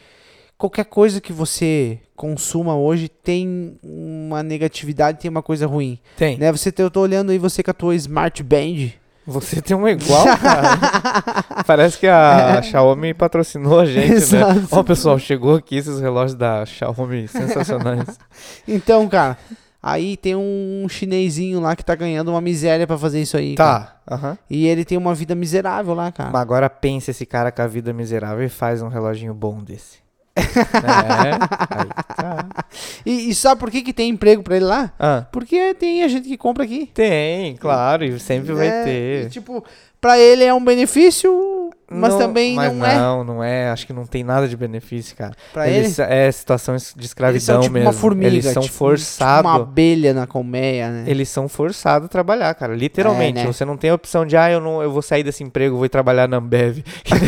Speaker 2: qualquer coisa que você consuma hoje tem uma negatividade, tem uma coisa ruim.
Speaker 1: Tem.
Speaker 2: Né? Você, tem- eu tô olhando aí você com a tua Smart Band.
Speaker 1: Você tem uma (laughs) igual, cara. Parece que a Xiaomi patrocinou a gente, né?
Speaker 2: Exato.
Speaker 1: Ó, pessoal, chegou aqui esses relógios da Xiaomi, sensacionais.
Speaker 2: Então, cara, aí tem um chinesinho lá que tá ganhando uma miséria pra fazer isso aí. cara.
Speaker 1: tá. Aham.
Speaker 2: E ele tem uma vida miserável lá, cara.
Speaker 1: Mas agora pensa esse cara com a vida miserável e faz um reloginho bom desse.
Speaker 2: (laughs)
Speaker 1: é. Aí, tá.
Speaker 2: E, e sabe por que, que tem emprego pra ele lá?
Speaker 1: Ah,
Speaker 2: Porque tem a gente que compra aqui.
Speaker 1: tem, claro, e sempre vai
Speaker 2: né? E,
Speaker 1: ter.
Speaker 2: tipo, pra ele é um benefício, mas
Speaker 1: Não-
Speaker 2: também
Speaker 1: mas
Speaker 2: não, é.
Speaker 1: Não, não é. Acho que não tem nada de benefício, cara.
Speaker 2: Pra
Speaker 1: eles é situação de
Speaker 2: Eles
Speaker 1: escravidão
Speaker 2: são tipo
Speaker 1: mesmo.
Speaker 2: uma formiga.
Speaker 1: eles são
Speaker 2: tipo-
Speaker 1: forçados.
Speaker 2: Tipo uma abelha na colmeia, né?
Speaker 1: Eles são forçados a trabalhar, cara. Literalmente.
Speaker 2: É, né?
Speaker 1: Você não tem a opção de, ah, eu, não, eu vou sair desse emprego, vou ir trabalhar na Ambev. (laughs)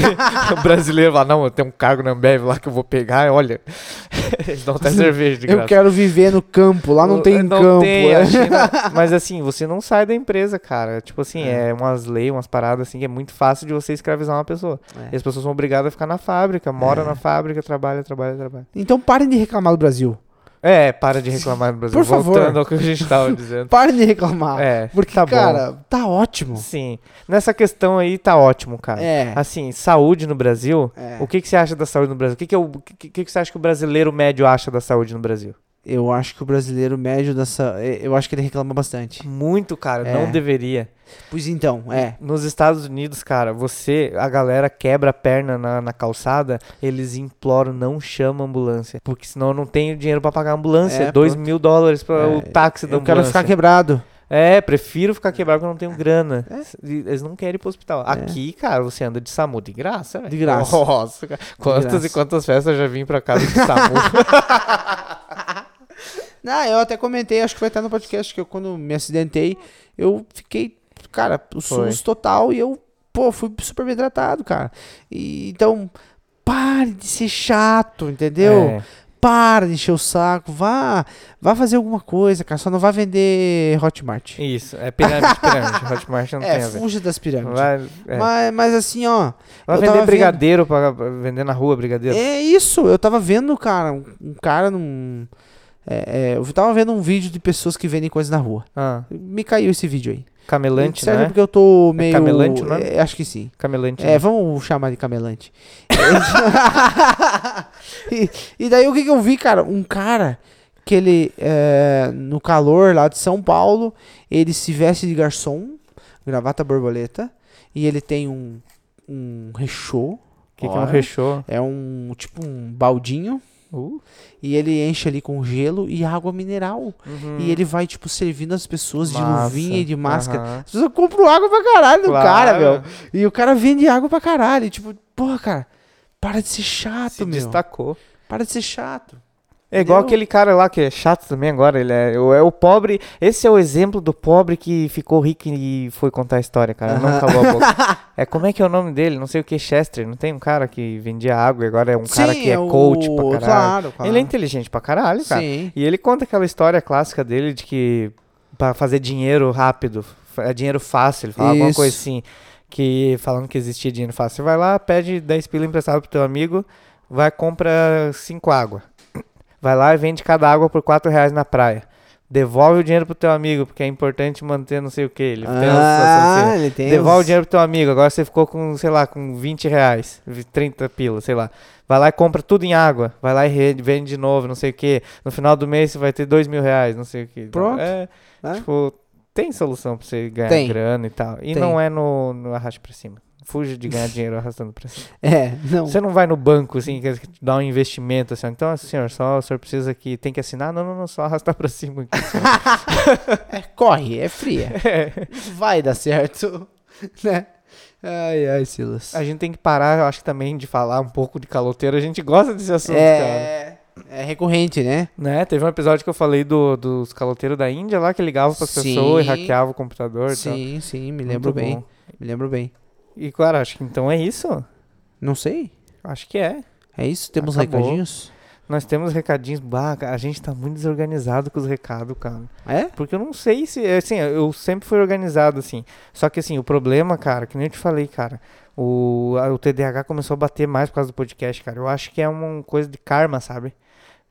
Speaker 1: o brasileiro lá, não, eu tenho um cargo na Ambev lá que eu vou pegar, olha. (laughs) Eles dão até cerveja de graça.
Speaker 2: Eu quero viver no campo, lá não
Speaker 1: O-
Speaker 2: tem campo.
Speaker 1: tem,
Speaker 2: é.
Speaker 1: a China-
Speaker 2: (laughs)
Speaker 1: mas assim, você não sai da empresa, cara. Tipo assim, é, umas leis, umas paradas assim que é muito fácil de você escravizar uma pessoa.
Speaker 2: É.
Speaker 1: E as pessoas são obrigadas a ficar na fábrica, mora na fábrica, trabalha, trabalha, trabalha.
Speaker 2: Então parem de reclamar do Brasil.
Speaker 1: É, para de reclamar no Brasil.
Speaker 2: Por favor.
Speaker 1: Voltando ao que a gente
Speaker 2: (laughs)
Speaker 1: tava dizendo.
Speaker 2: Parem de reclamar.
Speaker 1: É,
Speaker 2: porque,
Speaker 1: tá bom.
Speaker 2: cara, tá ótimo.
Speaker 1: Sim. Nessa questão aí tá ótimo, cara.
Speaker 2: É.
Speaker 1: Assim, saúde no Brasil.
Speaker 2: É.
Speaker 1: O que, que você acha da saúde no Brasil? O que, que, é o- o que, que- que você acha que o brasileiro médio acha da saúde no Brasil?
Speaker 2: Eu acho que o brasileiro médio dessa. eh, Eu acho que ele reclama bastante.
Speaker 1: Muito, cara, não
Speaker 2: É.
Speaker 1: deveria.
Speaker 2: Pois então, é.
Speaker 1: Nos Estados Unidos, cara, você, a galera quebra a perna na, na calçada, eles imploram, não chama a ambulância. Porque senão eu não tenho dinheiro pra pagar a ambulância.
Speaker 2: É,
Speaker 1: dois
Speaker 2: pronto.
Speaker 1: mil dólares pra
Speaker 2: É,
Speaker 1: o táxi da
Speaker 2: Eu quero
Speaker 1: ambulância.
Speaker 2: ficar É. quebrado.
Speaker 1: É, prefiro ficar quebrado porque eu não tenho grana. E Eles não querem ir pro hospital. Aqui, cara, você anda de SAMU de graça, velho.
Speaker 2: É. De graça.
Speaker 1: Nossa, cara. Quantas
Speaker 2: graça.
Speaker 1: e quantas festas eu já vim pra casa de SAMU.
Speaker 2: (laughs) Não, Ah, eu até comentei, acho que vai estar no podcast, que eu, quando me acidentei, eu fiquei, cara, o
Speaker 1: Foi.
Speaker 2: SUS total e eu, pô, fui super bem tratado, cara. E, então, pare de ser chato, entendeu?
Speaker 1: É.
Speaker 2: Pare de encher o saco, vá, vá fazer alguma coisa, cara, só não vá vender Hotmart.
Speaker 1: Isso, é pirâmide, pirâmide. Hotmart não tem
Speaker 2: é,
Speaker 1: a ver.
Speaker 2: fuja das pirâmides.
Speaker 1: Vai, é.
Speaker 2: Mas, mas assim, ó,
Speaker 1: Vai
Speaker 2: eu
Speaker 1: vender
Speaker 2: tava vendo-
Speaker 1: brigadeiro pra pra vender na rua brigadeiro.
Speaker 2: É isso, eu tava vendo, cara, um, um cara num. é, é, eu tava vendo um vídeo de pessoas que vendem coisas na rua.
Speaker 1: Ah,
Speaker 2: Me caiu esse vídeo aí.
Speaker 1: camelante,
Speaker 2: Serve
Speaker 1: né?
Speaker 2: porque eu tô meio.
Speaker 1: camelante o nome?
Speaker 2: é, acho que sim.
Speaker 1: Camelante.
Speaker 2: É,
Speaker 1: né?
Speaker 2: vamos chamar de camelante. (laughs) e, e daí o que, que eu vi, cara? Um cara que ele, é, no calor lá de São Paulo, ele se veste de garçom, gravata borboleta, e ele tem um, um rechô.
Speaker 1: O que, que é um
Speaker 2: Ora.
Speaker 1: rechô?
Speaker 2: É um tipo um baldinho.
Speaker 1: Uh.
Speaker 2: E ele enche ali com gelo e água mineral. E ele vai, tipo, servindo as pessoas de
Speaker 1: Uhum. Massa.
Speaker 2: luvinha e de máscara.
Speaker 1: Aham.
Speaker 2: As pessoas compram água pra caralho do
Speaker 1: Claro.
Speaker 2: cara, meu. E o cara vende água pra caralho. E, tipo, porra, cara, para de ser chato,
Speaker 1: Se
Speaker 2: meu.
Speaker 1: destacou.
Speaker 2: Para de ser chato.
Speaker 1: É igual
Speaker 2: Entendeu?
Speaker 1: aquele cara lá que é chato também agora, ele é, o- é o pobre, esse é o exemplo do pobre que ficou rico e foi contar a história, cara, não calou
Speaker 2: (laughs)
Speaker 1: a boca. É, como é que é o nome dele? Não sei o que, Chester, não tem um cara que vendia água e agora é um cara
Speaker 2: Sim,
Speaker 1: que é,
Speaker 2: é o-
Speaker 1: coach pra caralho?
Speaker 2: claro, claro.
Speaker 1: Ele é inteligente pra caralho, cara.
Speaker 2: Sim.
Speaker 1: E ele conta aquela história clássica dele de que pra fazer dinheiro rápido, fa- é dinheiro fácil, ele fala alguma
Speaker 2: Isso.
Speaker 1: coisa assim, que falando que existia dinheiro fácil, você vai lá, pede 10 pila emprestado pro teu amigo, vai compra cinco água. (clears throat) Vai lá e vende cada água por 4 reais na praia. Devolve o dinheiro pro teu amigo, porque é importante manter não sei o que. Ele tem assim. uns raciocínios.
Speaker 2: Ah, ele tem
Speaker 1: Devolve
Speaker 2: uns-
Speaker 1: o dinheiro pro teu amigo. Agora você ficou com, sei lá, com 20 reais, vi- 30 pila, sei lá. Vai lá e compra tudo em água. Vai lá e re- vende de novo, não sei o quê. No final do mês você vai ter 2 mil reais, não sei o quê. Então,
Speaker 2: Pronto,
Speaker 1: É,
Speaker 2: né?
Speaker 1: Tipo, tem solução pra você ganhar
Speaker 2: Tem.
Speaker 1: grana e tal. E
Speaker 2: Tem.
Speaker 1: não é no, no arraste pra cima. Fuja de
Speaker 2: (laughs)
Speaker 1: ganhar dinheiro arrastando pra cima.
Speaker 2: É, não.
Speaker 1: Você não vai no banco, assim, que que dá um investimento, assim. ó, Então, senhor, só o senhor precisa que tem que assinar. Não, não, não, só arrastar pra
Speaker 2: (laughs)
Speaker 1: cima aqui.
Speaker 2: É, corre,
Speaker 1: (laughs)
Speaker 2: é fria. Vai dar certo, (laughs) né? Ai, ai, Silas.
Speaker 1: A gente tem que parar, eu acho, também, de falar um pouco de caloteiro. A gente gosta desse assunto, cara.
Speaker 2: É, é recorrente, né?
Speaker 1: Né? Teve um episódio que eu falei do, dos caloteiros da Índia lá que ligavam pras
Speaker 2: Sim.
Speaker 1: pessoas e hackeavam o computador. e tal.
Speaker 2: Sim, sim, me
Speaker 1: Muito
Speaker 2: lembro bem.
Speaker 1: bom.
Speaker 2: Me lembro bem.
Speaker 1: E claro, acho que então é isso.
Speaker 2: Não sei.
Speaker 1: Acho que é.
Speaker 2: É isso? Temos
Speaker 1: Acabou.
Speaker 2: recadinhos?
Speaker 1: Nós temos recadinhos. Bah, cara, a gente tá muito desorganizado com os recados, cara.
Speaker 2: É?
Speaker 1: Porque eu não sei se. Assim, eu sempre fui organizado, assim. Só que, assim, o problema, cara, que nem eu te falei, cara. O, a- o TDAH começou a bater mais por causa do podcast, cara. Eu acho que é uma coisa de karma, sabe?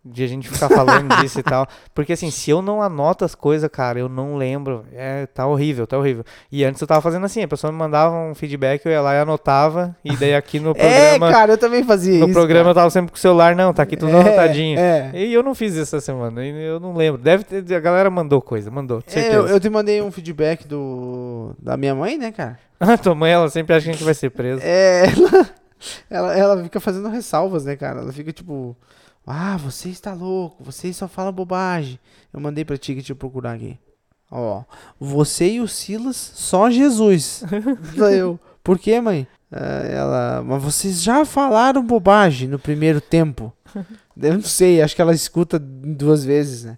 Speaker 1: De a gente ficar
Speaker 2: (laughs)
Speaker 1: falando disso e tal. Porque, assim, se eu não anoto as coisas, cara, eu não lembro. É, tá horrível, tá horrível. E antes eu tava fazendo assim, a pessoa me mandava um feedback, eu ia lá e anotava. E daí aqui no
Speaker 2: (laughs) É,
Speaker 1: programa.
Speaker 2: cara, eu também fazia
Speaker 1: no
Speaker 2: isso.
Speaker 1: programa eu tava sempre com o celular, não, tá aqui tudo
Speaker 2: É,
Speaker 1: anotadinho.
Speaker 2: é.
Speaker 1: E eu não fiz isso essa semana, e eu não lembro. Deve ter, a galera mandou coisa, mandou,
Speaker 2: É,
Speaker 1: com certeza.
Speaker 2: eu,
Speaker 1: (laughs)
Speaker 2: eu te mandei um feedback do da minha mãe, né, cara?
Speaker 1: Ah, tua mãe, ela sempre acha que a gente vai ser preso.
Speaker 2: É, ela, ela, ela fica fazendo ressalvas, né, cara? Ela fica tipo, ah, você está louco, você só fala bobagem. Eu mandei pra ti que te procurar aqui. Ó, você e o Silas, só Jesus. Daí eu, por quê, mãe? Ah, Ela, mas vocês já falaram bobagem no primeiro tempo. Eu não sei, acho que ela escuta duas vezes, né?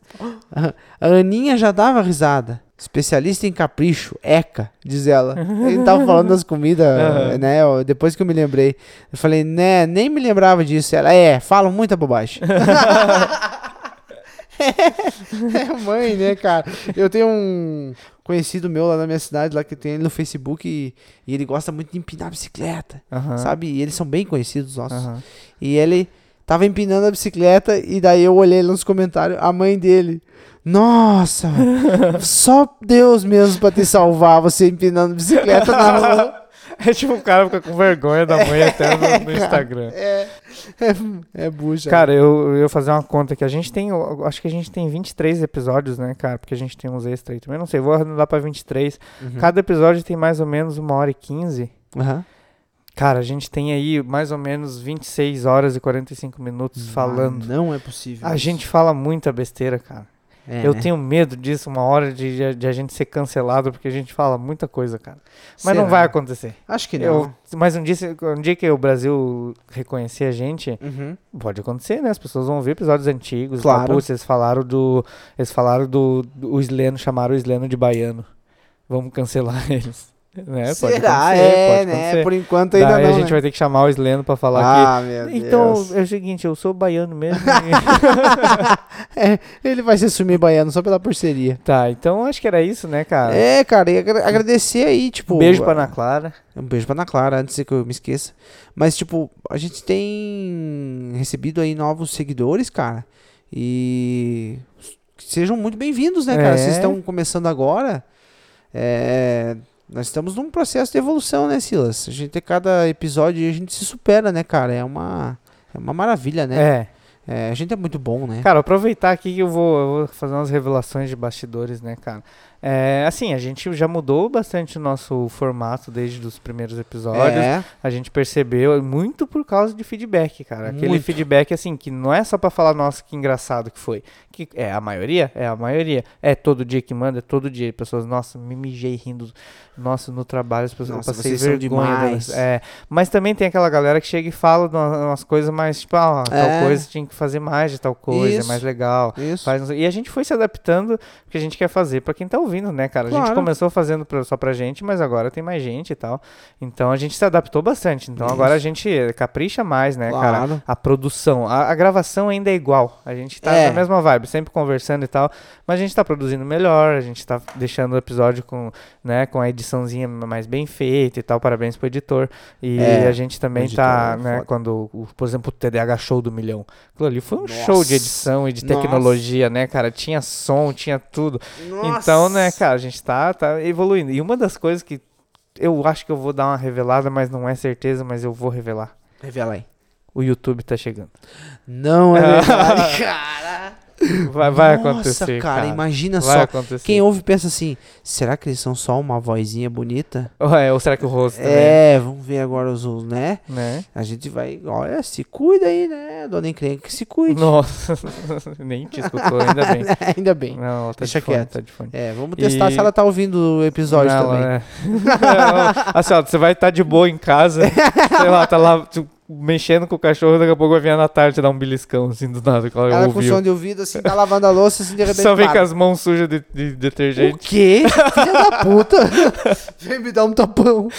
Speaker 2: A Aninha já dava risada. Especialista em capricho, eca, diz ela. Ele
Speaker 1: (laughs)
Speaker 2: tava falando das comidas,
Speaker 1: Aham.
Speaker 2: né? ó, Depois que eu me lembrei. Eu falei, né, nem me lembrava disso. Ela, é, falam
Speaker 1: (laughs)
Speaker 2: muita bobagem. é mãe, né, cara? Eu tenho um conhecido meu lá na minha cidade, lá que tem ele no Facebook, e, e ele gosta muito de empinar a bicicleta,
Speaker 1: Aham.
Speaker 2: sabe? E eles são bem conhecidos nossos.
Speaker 1: Aham.
Speaker 2: E ele tava empinando a bicicleta e daí eu olhei lá nos comentários, a mãe dele. Nossa, só Deus mesmo pra te salvar, você empinando bicicleta na rua. (laughs)
Speaker 1: É tipo, o cara fica com vergonha da mãe até no, no Instagram.
Speaker 2: É, É, é bucha.
Speaker 1: Cara, eu, eu ia fazer uma conta aqui. A gente tem, eu acho que a gente tem 23 episódios, né, cara? Porque a gente tem uns extra aí também. Não sei, vou arredondar pra 23.
Speaker 2: Uhum.
Speaker 1: Cada episódio tem mais ou menos uma hora e 15.
Speaker 2: Aham.
Speaker 1: Cara, a gente tem aí mais ou menos 26 horas e 45 minutos falando.
Speaker 2: Ah, não é possível.
Speaker 1: A
Speaker 2: isso.
Speaker 1: gente fala muita besteira, cara.
Speaker 2: É,
Speaker 1: eu
Speaker 2: né?
Speaker 1: tenho medo disso, uma hora de, de- de a gente ser cancelado, porque a gente fala muita coisa, cara. Mas não
Speaker 2: Será?
Speaker 1: vai acontecer.
Speaker 2: Acho que não.
Speaker 1: Eu, mas um dia, se- um dia que o Brasil reconhecer a gente,
Speaker 2: Uhum.
Speaker 1: pode acontecer, né? As pessoas vão ver episódios antigos.
Speaker 2: Claro.
Speaker 1: Putz, eles falaram do. Eles falaram do. do- o Sleno, chamaram o Sleno de baiano. Vamos cancelar (laughs) eles. Né? Pode
Speaker 2: Será?
Speaker 1: acontecer,
Speaker 2: É,
Speaker 1: pode
Speaker 2: né?
Speaker 1: acontecer.
Speaker 2: Por enquanto
Speaker 1: Daí
Speaker 2: ainda
Speaker 1: a
Speaker 2: não,
Speaker 1: gente
Speaker 2: né?
Speaker 1: vai ter que chamar o Sleno pra falar
Speaker 2: Ah, meu
Speaker 1: que. Então, (laughs)
Speaker 2: Deus. (laughs)
Speaker 1: é o seguinte, eu sou baiano mesmo.
Speaker 2: É, ele vai se assumir baiano só pela parceria.
Speaker 1: (laughs) tá, então acho que era isso, né, cara?
Speaker 2: É, cara, e agra- agradecer aí, tipo.
Speaker 1: Um beijo pra Ana Clara.
Speaker 2: Um beijo pra Ana Clara, antes que eu me esqueça. Mas, tipo, a gente tem recebido aí novos seguidores, cara. E sejam muito bem-vindos, né, cara?
Speaker 1: É.
Speaker 2: Vocês estão começando agora. É, Nós estamos num processo de evolução, né, Silas? A gente, cada episódio, a gente se supera, né, cara? É uma, é uma maravilha, né?
Speaker 1: É.
Speaker 2: É, a gente é muito bom, né?
Speaker 1: Cara, aproveitar aqui que eu vou, eu vou fazer umas revelações de bastidores, né, cara? É, assim, a gente já mudou bastante o nosso formato desde os primeiros episódios.
Speaker 2: é,
Speaker 1: A gente percebeu é muito por causa de feedback, cara. Aquele
Speaker 2: Muito.
Speaker 1: feedback, assim, que não é só pra falar, nossa, que engraçado que foi. Que é a maioria? É a maioria. É todo dia que manda, é todo dia. Pessoas, nossa, me mijei rindo. Nossa, no trabalho as pessoas
Speaker 2: Nossa,
Speaker 1: passei
Speaker 2: vocês são
Speaker 1: vergonha.
Speaker 2: demais.
Speaker 1: delas. É. Mas também tem aquela galera que chega e fala de uma- umas coisas mais, tipo, ah, tal
Speaker 2: É.
Speaker 1: coisa tinha que fazer mais de tal coisa, é
Speaker 2: Isso.
Speaker 1: mais legal.
Speaker 2: isso.
Speaker 1: Faz, não sei- e a gente foi se adaptando porque a gente quer fazer pra quem tá ouvindo, né, cara? A gente
Speaker 2: Claro.
Speaker 1: começou fazendo pra- só pra gente, mas agora tem mais gente e tal. Então a gente se adaptou bastante. Então agora a gente capricha mais, né, cara?
Speaker 2: Claro.
Speaker 1: A produção. A, a gravação ainda é igual. A gente tá
Speaker 2: É.
Speaker 1: na mesma vibe, sempre conversando e tal. Mas a gente tá produzindo melhor, a gente tá deixando o episódio com, né, com a ediçãozinha mais bem feita e tal. Parabéns pro editor. E
Speaker 2: É,
Speaker 1: a gente também
Speaker 2: o editor
Speaker 1: tá,
Speaker 2: é
Speaker 1: né,
Speaker 2: foda.
Speaker 1: quando, o- por exemplo, o TDH Show do Milhão. Aquilo ali foi um
Speaker 2: Nossa.
Speaker 1: show de edição e de
Speaker 2: Nossa.
Speaker 1: tecnologia, né, cara? Tinha som, tinha tudo.
Speaker 2: Nossa.
Speaker 1: Então, né, cara, a gente tá, tá evoluindo. E uma das coisas que eu acho que eu vou dar uma revelada, mas não é certeza, mas eu vou revelar.
Speaker 2: Revela aí.
Speaker 1: O YouTube tá chegando.
Speaker 2: Não é
Speaker 1: (laughs)
Speaker 2: verdade, cara.
Speaker 1: Vai, vai
Speaker 2: Nossa,
Speaker 1: acontecer, cara.
Speaker 2: cara, imagina
Speaker 1: vai
Speaker 2: só.
Speaker 1: acontecer. (laughs)
Speaker 2: Quem ouve pensa assim, será que eles são só uma vozinha bonita?
Speaker 1: Ou, é, ou será que o rosto também,
Speaker 2: É, vamos ver agora os os, né?
Speaker 1: né?
Speaker 2: A gente vai, olha, se cuida aí, né? Dona Encrenca que se cuide.
Speaker 1: Nossa, (laughs) nem te escutou, ainda bem.
Speaker 2: (laughs) Ainda bem.
Speaker 1: Não, ela tá
Speaker 2: Deixa
Speaker 1: de fone,
Speaker 2: quieto.
Speaker 1: tá de fone.
Speaker 2: É, vamos testar
Speaker 1: E-
Speaker 2: se ela tá ouvindo o episódio
Speaker 1: Não,
Speaker 2: também.
Speaker 1: é. (laughs) Não, assim, ó, você vai estar de boa em casa, sei lá, tá lá tu, mexendo com o cachorro, daqui a pouco vai vir a Natália te dar um beliscão, assim, do nada, que ela,
Speaker 2: Ela com
Speaker 1: ouviu.
Speaker 2: som de ouvido, assim, tá lavando a
Speaker 1: (laughs)
Speaker 2: louça, assim, de repente.
Speaker 1: Só vem com
Speaker 2: para.
Speaker 1: as mãos sujas de, de
Speaker 2: O
Speaker 1: detergente.
Speaker 2: quê? Filha
Speaker 1: (laughs)
Speaker 2: da puta! (laughs) Vem me dar um tapão.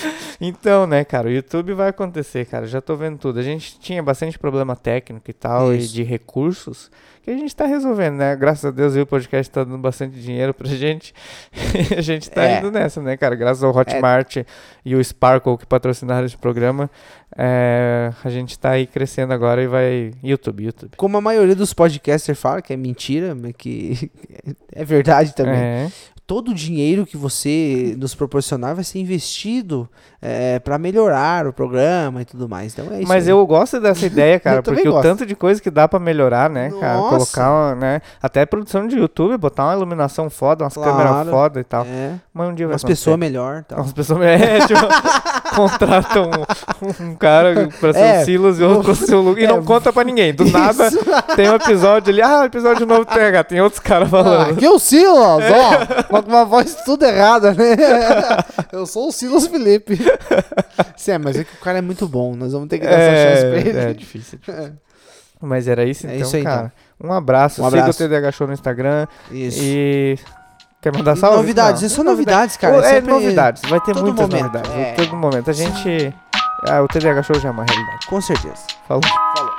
Speaker 1: Então, né, cara, o YouTube vai acontecer, cara, já tô vendo tudo. A gente tinha bastante problema técnico e tal,
Speaker 2: Isso.
Speaker 1: e de recursos, que a gente tá resolvendo, né? Graças a Deus, aí o podcast tá dando bastante dinheiro pra (laughs) gente, e a gente tá
Speaker 2: É.
Speaker 1: indo nessa, né, cara? Graças ao Hotmart e o Sparkle que patrocinaram esse programa, é, a gente tá aí crescendo agora e vai... YouTube, YouTube.
Speaker 2: Como a maioria dos podcasters fala, que é mentira, mas que (laughs) é verdade também.
Speaker 1: É.
Speaker 2: todo o dinheiro que você nos proporcionar vai ser investido é, para melhorar o programa e tudo mais. Então é isso.
Speaker 1: Mas
Speaker 2: aí.
Speaker 1: eu gosto dessa ideia, cara,
Speaker 2: (laughs) Eu também
Speaker 1: porque o
Speaker 2: gosto.
Speaker 1: tanto de coisa que dá pra melhorar, né, cara?
Speaker 2: Nossa.
Speaker 1: Colocar, uma, né? Até a produção de YouTube, botar uma iluminação foda, umas
Speaker 2: Claro.
Speaker 1: câmeras foda e tal.
Speaker 2: É,
Speaker 1: Mas um dia vai
Speaker 2: umas
Speaker 1: acontecer.
Speaker 2: pessoas melhor. Tal.
Speaker 1: Umas pessoas. É, tipo, contratam um, um cara pra ser o
Speaker 2: É,
Speaker 1: Silas e outro pra ser o Lu. E
Speaker 2: é,
Speaker 1: não conta pra ninguém. (laughs) Do nada
Speaker 2: (laughs) Isso.
Speaker 1: tem um episódio ali. Ah, episódio novo TH. Tem outros caras
Speaker 2: Ah, (laughs)
Speaker 1: falando. É.
Speaker 2: aqui é o Silas, ó. Uma, uma voz tudo errada, né? (laughs) Eu sou o Silas Felipe. Sim, mas é que o cara é muito bom. Nós vamos ter que dar essa chance pra ele.
Speaker 1: é difícil.
Speaker 2: (laughs)
Speaker 1: difícil. Mas era isso
Speaker 2: É
Speaker 1: então,
Speaker 2: isso aí,
Speaker 1: cara. Um abraço.
Speaker 2: Um abraço.
Speaker 1: Siga o TDH Show no Instagram.
Speaker 2: Isso.
Speaker 1: E. Quer mandar
Speaker 2: E
Speaker 1: salve?
Speaker 2: novidades,
Speaker 1: Não.
Speaker 2: é só novidades, cara.
Speaker 1: é
Speaker 2: sempre-
Speaker 1: novidades, vai ter
Speaker 2: todo
Speaker 1: muitas
Speaker 2: momento,
Speaker 1: novidades.
Speaker 2: é.
Speaker 1: Todo momento. A gente. Ah, o TDH Show já é uma realidade.
Speaker 2: Com certeza.
Speaker 1: Falou.
Speaker 2: Falou.